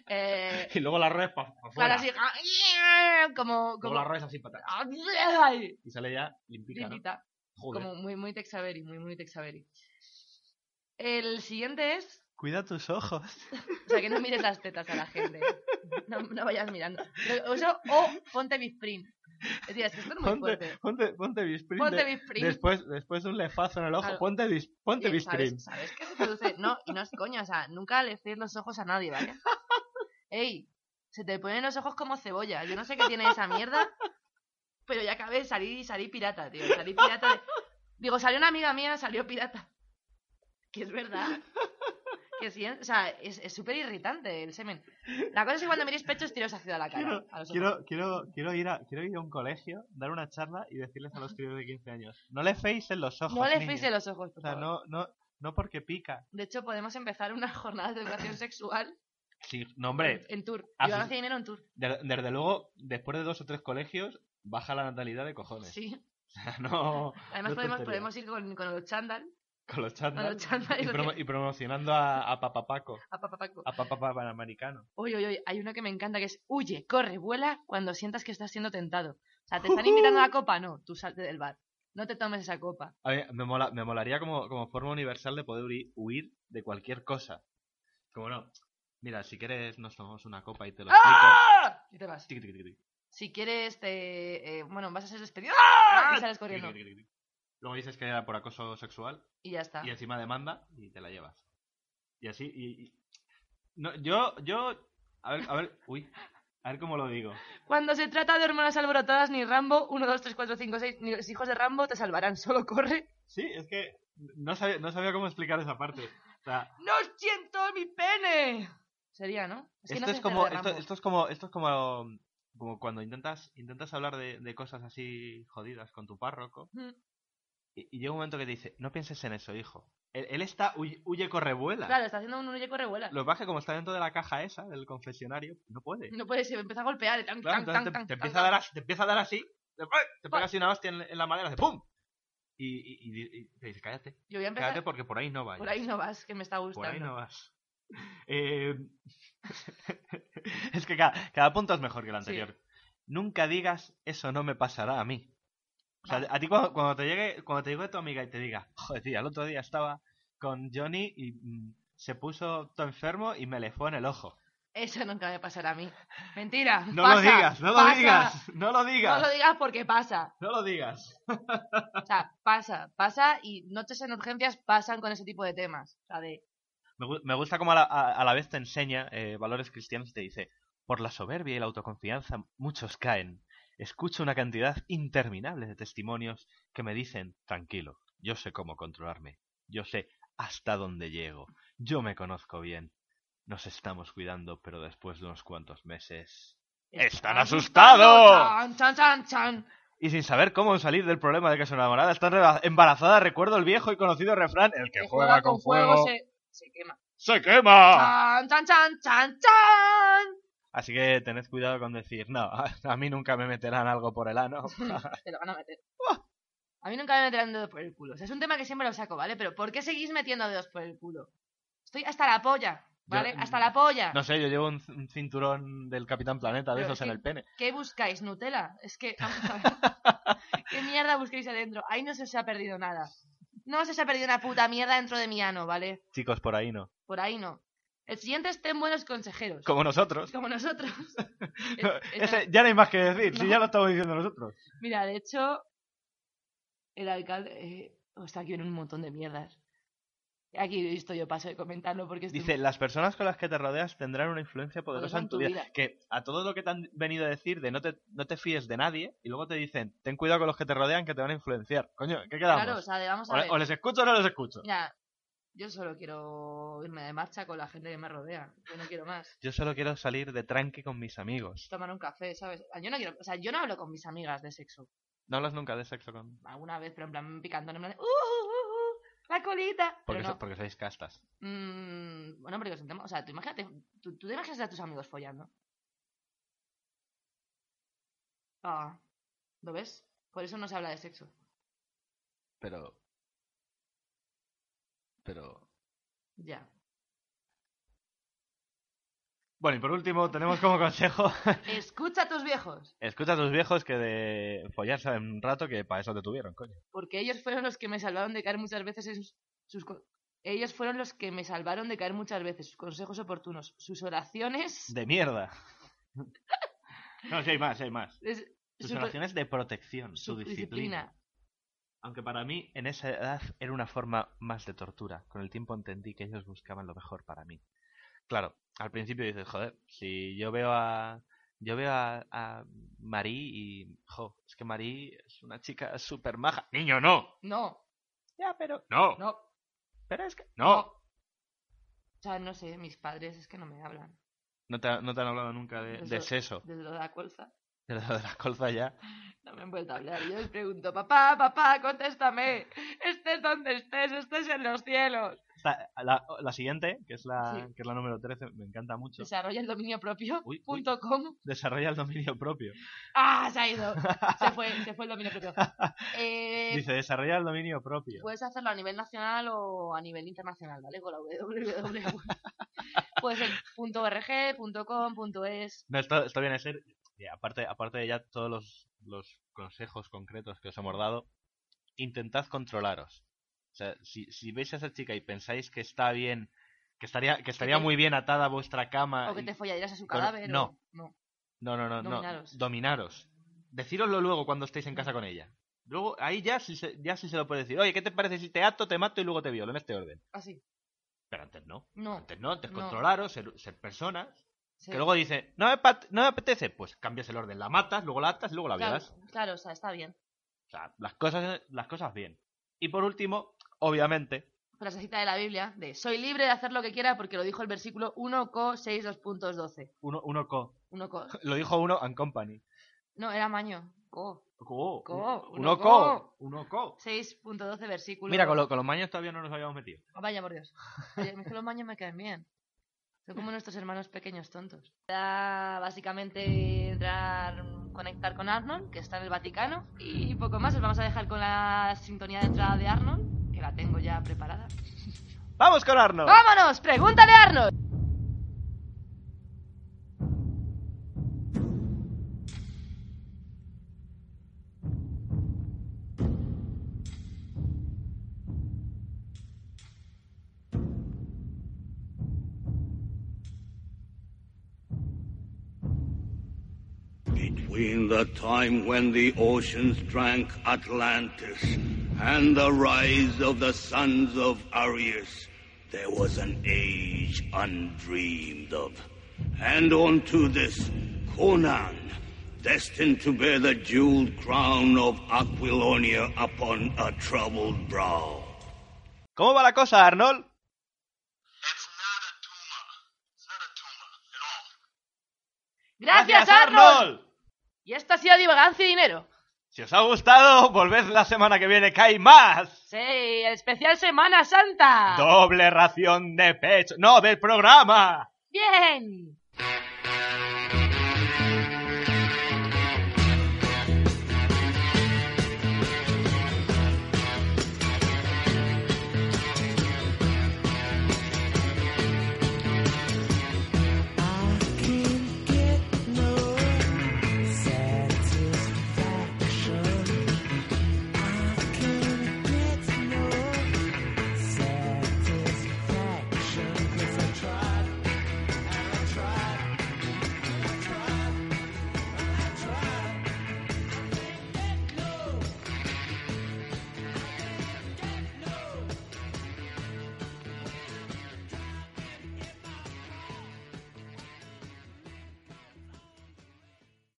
[SPEAKER 1] Eh,
[SPEAKER 2] y luego la res pa- pa
[SPEAKER 1] claro,
[SPEAKER 2] fuera.
[SPEAKER 1] así. ah, Como.
[SPEAKER 2] Luego
[SPEAKER 1] como
[SPEAKER 2] la res así patada.
[SPEAKER 1] ay,
[SPEAKER 2] Y sale ya limpita, ¿no?
[SPEAKER 1] limpita.
[SPEAKER 2] Joder.
[SPEAKER 1] Como muy, muy Texaveri, muy, muy Texaveri. El siguiente es
[SPEAKER 2] Cuida tus ojos.
[SPEAKER 1] O sea, que no mires las tetas a la gente. No, no vayas mirando. Pero, O, eso- o ponte bisprint. Es decir, es que esto es muy
[SPEAKER 2] Ponte,
[SPEAKER 1] fuerte.
[SPEAKER 2] ponte, ponte bisprint.
[SPEAKER 1] Ponte
[SPEAKER 2] de-
[SPEAKER 1] bisprint.
[SPEAKER 2] Después, después de un lefazo en el ojo,
[SPEAKER 1] Claro.
[SPEAKER 2] ponte, bis, ponte
[SPEAKER 1] Oye,
[SPEAKER 2] bisprint.
[SPEAKER 1] ¿sabes, ¿Sabes qué se produce? No, y no es coña, o sea, nunca le cierres los ojos a nadie, ¿vale? Ey, se te ponen los ojos como cebolla. Yo no sé qué tiene esa mierda, pero ya acabé, salí, salí pirata, tío. Salí pirata. de- Digo, salió una amiga mía, salió pirata. Que es verdad. Que sí, o sea, es es súper irritante el semen. La cosa es que cuando miréis pechos, tiros hacia la cara.
[SPEAKER 2] Quiero,
[SPEAKER 1] a los ojos.
[SPEAKER 2] quiero, quiero, quiero ir a, quiero ir a un colegio, dar una charla y decirles a los críos de 15 años: No le feis en los ojos.
[SPEAKER 1] No le
[SPEAKER 2] niños".
[SPEAKER 1] feis en los ojos,
[SPEAKER 2] O
[SPEAKER 1] por
[SPEAKER 2] sea,
[SPEAKER 1] favor.
[SPEAKER 2] no, no, no porque pica.
[SPEAKER 1] De hecho, podemos empezar unas jornadas de educación sexual
[SPEAKER 2] Sí, no, hombre, ah,
[SPEAKER 1] en tour.
[SPEAKER 2] haz-
[SPEAKER 1] Yo no hacía dinero en tour.
[SPEAKER 2] de- desde luego, después de dos o tres colegios, baja la natalidad de cojones.
[SPEAKER 1] Sí.
[SPEAKER 2] no.
[SPEAKER 1] Además
[SPEAKER 2] no
[SPEAKER 1] podemos,
[SPEAKER 2] tontería.
[SPEAKER 1] podemos ir con, con los chándal
[SPEAKER 2] Con los chándal.
[SPEAKER 1] Con los chándal y
[SPEAKER 2] y,
[SPEAKER 1] lo
[SPEAKER 2] promo-
[SPEAKER 1] que-
[SPEAKER 2] y promocionando a, a Papapaco,
[SPEAKER 1] a papapaco.
[SPEAKER 2] a Papapá Panamericano.
[SPEAKER 1] Uy, uy, uy, hay uno que me encanta que es huye, corre, vuela cuando sientas que estás siendo tentado. O sea, ¿te están invitando a la copa? No, tú salte del bar. No te tomes esa copa.
[SPEAKER 2] A mí me, mola- me molaría como, como forma universal de poder huir, huir de cualquier cosa. Como no. Mira, si quieres, nos tomamos una copa y te lo explico.
[SPEAKER 1] ¡Ah! Y te vas.
[SPEAKER 2] Tiqui, tiqui, tiqui, tiqui.
[SPEAKER 1] Si quieres, te... eh, bueno, vas a ser despedido.
[SPEAKER 2] ¡Ah!
[SPEAKER 1] Y sales corriendo.
[SPEAKER 2] Tiqui, tiqui, tiqui, tiqui. Luego dices que era por acoso sexual
[SPEAKER 1] Y ya está.
[SPEAKER 2] y encima demanda y te la llevas. Y así. Y, y- No, yo, yo. A ver, a ver. Uy. A ver cómo lo digo.
[SPEAKER 1] Cuando se trata de hormonas alborotadas, ni Rambo, 1, 2, 3, 4, 5, 6, ni los hijos de Rambo te salvarán. Solo corre.
[SPEAKER 2] Sí, es que no sabía, no sabía cómo explicar esa parte. O sea,
[SPEAKER 1] ¡No siento mi pene! Sería, ¿no? que no
[SPEAKER 2] esto,
[SPEAKER 1] sé
[SPEAKER 2] es
[SPEAKER 1] hacer
[SPEAKER 2] como,
[SPEAKER 1] de
[SPEAKER 2] esto,
[SPEAKER 1] Rambo.
[SPEAKER 2] esto es como esto es como como cuando intentas intentas hablar de, de cosas así jodidas con tu párroco
[SPEAKER 1] Mm.
[SPEAKER 2] y, y llega un momento que te dice no pienses en eso hijo él, él está huye, huye, corre vuela
[SPEAKER 1] Claro, está haciendo un huye, corre, vuela.
[SPEAKER 2] lo que pasa es que como está dentro de la caja esa del confesionario no puede
[SPEAKER 1] No puede ser, empieza a golpear. y Tan,
[SPEAKER 2] Claro,
[SPEAKER 1] Mm, tan, tan,
[SPEAKER 2] entonces te,
[SPEAKER 1] tan,
[SPEAKER 2] te
[SPEAKER 1] tan,
[SPEAKER 2] empieza a dar así, te empieza a dar así te, te pega así una hostia en, en la madera hace pum y, y- y- y te dice cállate
[SPEAKER 1] Yo voy a empezar.
[SPEAKER 2] cállate porque por ahí no vayas
[SPEAKER 1] Por ahí no vas, que me está gustando.
[SPEAKER 2] Por ahí no vas. Eh, es que ca- cada, punto es mejor que el anterior. Nunca digas, eso no me pasará a mí. O sea,
[SPEAKER 1] Ah.
[SPEAKER 2] a ti cuando, cuando te llegue, cuando te llegue tu amiga y te diga, joder, tía, el otro día estaba con Johnny y mm, se puso todo enfermo y me le fue en el ojo.
[SPEAKER 1] Eso nunca me pasará a mí. Mentira.
[SPEAKER 2] No
[SPEAKER 1] pasa,
[SPEAKER 2] lo digas, no lo
[SPEAKER 1] pasa.
[SPEAKER 2] digas, no lo digas,
[SPEAKER 1] No lo digas porque pasa.
[SPEAKER 2] no lo digas.
[SPEAKER 1] O sea, pasa, pasa y noches en urgencias pasan con ese tipo de temas. O sea, de.
[SPEAKER 2] Me, gu- me gusta como a la, a- a la vez te enseña eh, valores cristianos y te dice, por la soberbia y la autoconfianza muchos caen. Escucho una cantidad interminable de testimonios que me dicen, tranquilo, yo sé cómo controlarme, yo sé hasta dónde llego, yo me conozco bien, nos estamos cuidando, pero después de unos cuantos meses... ¡Están asustados!
[SPEAKER 1] ¡Chan, chan, chan, chan!
[SPEAKER 2] Y sin saber cómo salir del problema de que su enamorada está reba- embarazada, recuerdo el viejo y conocido refrán, el que juega con fuego
[SPEAKER 1] se, se quema.
[SPEAKER 2] se quema.
[SPEAKER 1] ¡Chan, chan, chan, chan, chan!
[SPEAKER 2] Así que tened cuidado con decir, no, a, a mí nunca me meterán algo por el ano.
[SPEAKER 1] Te lo van a meter.
[SPEAKER 2] ¡Oh!
[SPEAKER 1] A mí nunca me meterán dedos por el culo. O sea, es un tema que siempre lo saco, ¿vale? Pero ¿por qué seguís metiendo dedos por el culo? Estoy hasta la polla, ¿vale?
[SPEAKER 2] Yo- mm,
[SPEAKER 1] hasta la polla.
[SPEAKER 2] No sé, yo llevo un, c- un cinturón del Capitán Planeta de
[SPEAKER 1] Pero
[SPEAKER 2] esos
[SPEAKER 1] es
[SPEAKER 2] en
[SPEAKER 1] que-
[SPEAKER 2] el pene.
[SPEAKER 1] ¿Qué buscáis? ¿Nutella? Es que, vamos a ver. ¿Qué mierda buscáis adentro? Ahí no se os ha perdido nada. No se os ha perdido una puta mierda dentro de mi ano, ¿vale?
[SPEAKER 2] Chicos, por ahí no.
[SPEAKER 1] Por ahí no. El siguiente es ten buenos consejeros.
[SPEAKER 2] Como nosotros.
[SPEAKER 1] Como nosotros. Pues Es- es-
[SPEAKER 2] Ese, ya no hay más que decir, si
[SPEAKER 1] No.
[SPEAKER 2] ya lo estamos diciendo nosotros.
[SPEAKER 1] Mira, de hecho, el alcalde eh, está aquí en un montón de mierdas. Aquí estoy yo paso de comentarlo porque estoy...
[SPEAKER 2] Dice, las personas con las que te rodeas tendrán una influencia poderosa en tu vida. Que a todo lo que te han venido a decir de no te, no te fíes de nadie, y luego te dicen, ten cuidado con los que te rodean que te van a influenciar. Coño, ¿qué quedamos?
[SPEAKER 1] Claro, o sea, de- vamos a
[SPEAKER 2] o, le-
[SPEAKER 1] ver.
[SPEAKER 2] o les escucho o no les escucho.
[SPEAKER 1] Mira, yo solo quiero irme de marcha con la gente que me rodea. Yo no quiero más.
[SPEAKER 2] Yo solo quiero salir de tranqui con mis amigos.
[SPEAKER 1] Tomar un café, ¿sabes? Ah, Yo no quiero... O sea, yo no hablo con mis amigas de sexo.
[SPEAKER 2] No hablas nunca de sexo con...
[SPEAKER 1] Alguna vez, pero en plan picantón, en plan... ¡Uh, uh, uh, uh, la colita! Pero
[SPEAKER 2] Porque,
[SPEAKER 1] no.
[SPEAKER 2] so- porque sois castas.
[SPEAKER 1] Mm, bueno, pero que es un tema... O sea, tú imagínate... ¿Tú, tú te imaginas a tus amigos follando? Ah, ¿lo ves? Por eso no se habla de sexo.
[SPEAKER 2] Pero. Pero.
[SPEAKER 1] Ya.
[SPEAKER 2] Bueno, y por último, tenemos como consejo.
[SPEAKER 1] Escucha a tus viejos,
[SPEAKER 2] Escucha a tus viejos que de follar saben un rato que para eso te tuvieron, coño.
[SPEAKER 1] porque ellos fueron los que me salvaron de caer muchas veces en sus... sus co- ellos fueron los que me salvaron de caer muchas veces, sus consejos oportunos, sus oraciones...
[SPEAKER 2] De mierda. No, sí hay más, sí hay más.
[SPEAKER 1] es-
[SPEAKER 2] Sus
[SPEAKER 1] su-
[SPEAKER 2] oraciones de protección,
[SPEAKER 1] su
[SPEAKER 2] su disciplina. Aunque para mí, en esa edad, era una forma más de tortura. Con el tiempo entendí que ellos buscaban lo mejor para mí. Claro, al principio dices, joder, si yo veo a... Yo veo a, a Marie y... Jo, es que Marie es una chica súper maja. Niño, no.
[SPEAKER 1] No,
[SPEAKER 2] Ya, pero... No.
[SPEAKER 1] no,
[SPEAKER 2] Pero es que...
[SPEAKER 1] no.
[SPEAKER 2] No.
[SPEAKER 1] O sea, no sé, mis padres es que no me hablan.
[SPEAKER 2] No te, ha- no te han hablado nunca de, de
[SPEAKER 1] Eso-
[SPEAKER 2] seso.
[SPEAKER 1] Desde lo de la colza.
[SPEAKER 2] De lo de la colza ya.
[SPEAKER 1] No me han vuelto a hablar. Yo les pregunto, papá, papá, contéstame. Estés donde estés, estés en los cielos.
[SPEAKER 2] Está- la, la siguiente, que es la,
[SPEAKER 1] Sí.
[SPEAKER 2] que es la número 13, me encanta mucho.
[SPEAKER 1] Desarrolla el dominio propio.
[SPEAKER 2] Uy, uy.
[SPEAKER 1] punto com.
[SPEAKER 2] Desarrolla el dominio propio.
[SPEAKER 1] Ah, se ha ido. Se fue, se fue el dominio propio. Eh, pues
[SPEAKER 2] Dice, desarrolla el dominio propio.
[SPEAKER 1] puedes hacerlo a nivel nacional o a nivel internacional, ¿vale? Con la www. Puede ser punto .org, punto .com, punto .es.
[SPEAKER 2] No, esto, esto viene a ser, y aparte, aparte de ya todos los, los consejos concretos que os hemos dado, intentad controlaros. O sea, si, si veis a esa chica y pensáis que está bien, que estaría, que estaría
[SPEAKER 1] te-
[SPEAKER 2] muy bien atada a vuestra cama...
[SPEAKER 1] O que
[SPEAKER 2] Ah, y-
[SPEAKER 1] te follarías a su
[SPEAKER 2] con-
[SPEAKER 1] cadáver. o-
[SPEAKER 2] no.
[SPEAKER 1] no.
[SPEAKER 2] No, no, no,
[SPEAKER 1] Dominaros.
[SPEAKER 2] no. Dominaros. Decíroslo luego cuando estéis en casa con ella. Luego, ahí ya sí, se, ya sí se lo puede decir. Oye, ¿qué te parece si te ato, te mato y luego te violo en este orden?
[SPEAKER 1] Así.
[SPEAKER 2] Pero antes no.
[SPEAKER 1] No.
[SPEAKER 2] Antes no, antes
[SPEAKER 1] No.
[SPEAKER 2] controlaros, ser, ser personas.
[SPEAKER 1] Sí.
[SPEAKER 2] Que luego dice, no me, pat- no me apetece. Pues cambias el orden, la matas, luego la atas y luego la
[SPEAKER 1] claro,
[SPEAKER 2] violas.
[SPEAKER 1] claro, o sea, está bien.
[SPEAKER 2] O sea, las cosas, las cosas bien. Y por último, obviamente,
[SPEAKER 1] frasecita de la Biblia de soy libre de hacer lo que quiera porque lo dijo el versículo 1co62.12.
[SPEAKER 2] uno, uno co.
[SPEAKER 1] 1co.
[SPEAKER 2] Lo dijo uno and company.
[SPEAKER 1] No, era maño. Co.
[SPEAKER 2] Co,
[SPEAKER 1] Co,
[SPEAKER 2] un-
[SPEAKER 1] uno
[SPEAKER 2] uno
[SPEAKER 1] co.
[SPEAKER 2] co. Uno co.
[SPEAKER 1] 6.12 versículo. Oh,
[SPEAKER 2] Mira, con, lo- con los maños todavía no nos habíamos metido.
[SPEAKER 1] Vaya por Dios. Oye, es que los maños me caen bien. Son como nuestros hermanos pequeños tontos. Era básicamente entrar, conectar con Arnold, que está en el Vaticano. Y poco más, os vamos a dejar con la sintonía de entrada de Arnold, que la tengo ya preparada.
[SPEAKER 2] ¡Vamos con Arnold!
[SPEAKER 1] ¡Vámonos! ¡Pregúntale a Arnold!
[SPEAKER 7] Between the time when the oceans drank Atlantis and the rise of the sons of Arius, there was an age undreamed of. And onto this, Conan, destined to bear the jeweled crown of Aquilonia upon a troubled brow.
[SPEAKER 2] ¿Cómo va la cosa, Arnold?
[SPEAKER 1] ¡Gracias, Arnold! Y esto ha sido divagancia y dinero.
[SPEAKER 2] Si os ha gustado, volved la semana que viene que hay más.
[SPEAKER 1] Sí, el especial Semana Santa.
[SPEAKER 2] Doble ración de pecho. No, del programa.
[SPEAKER 1] Bien.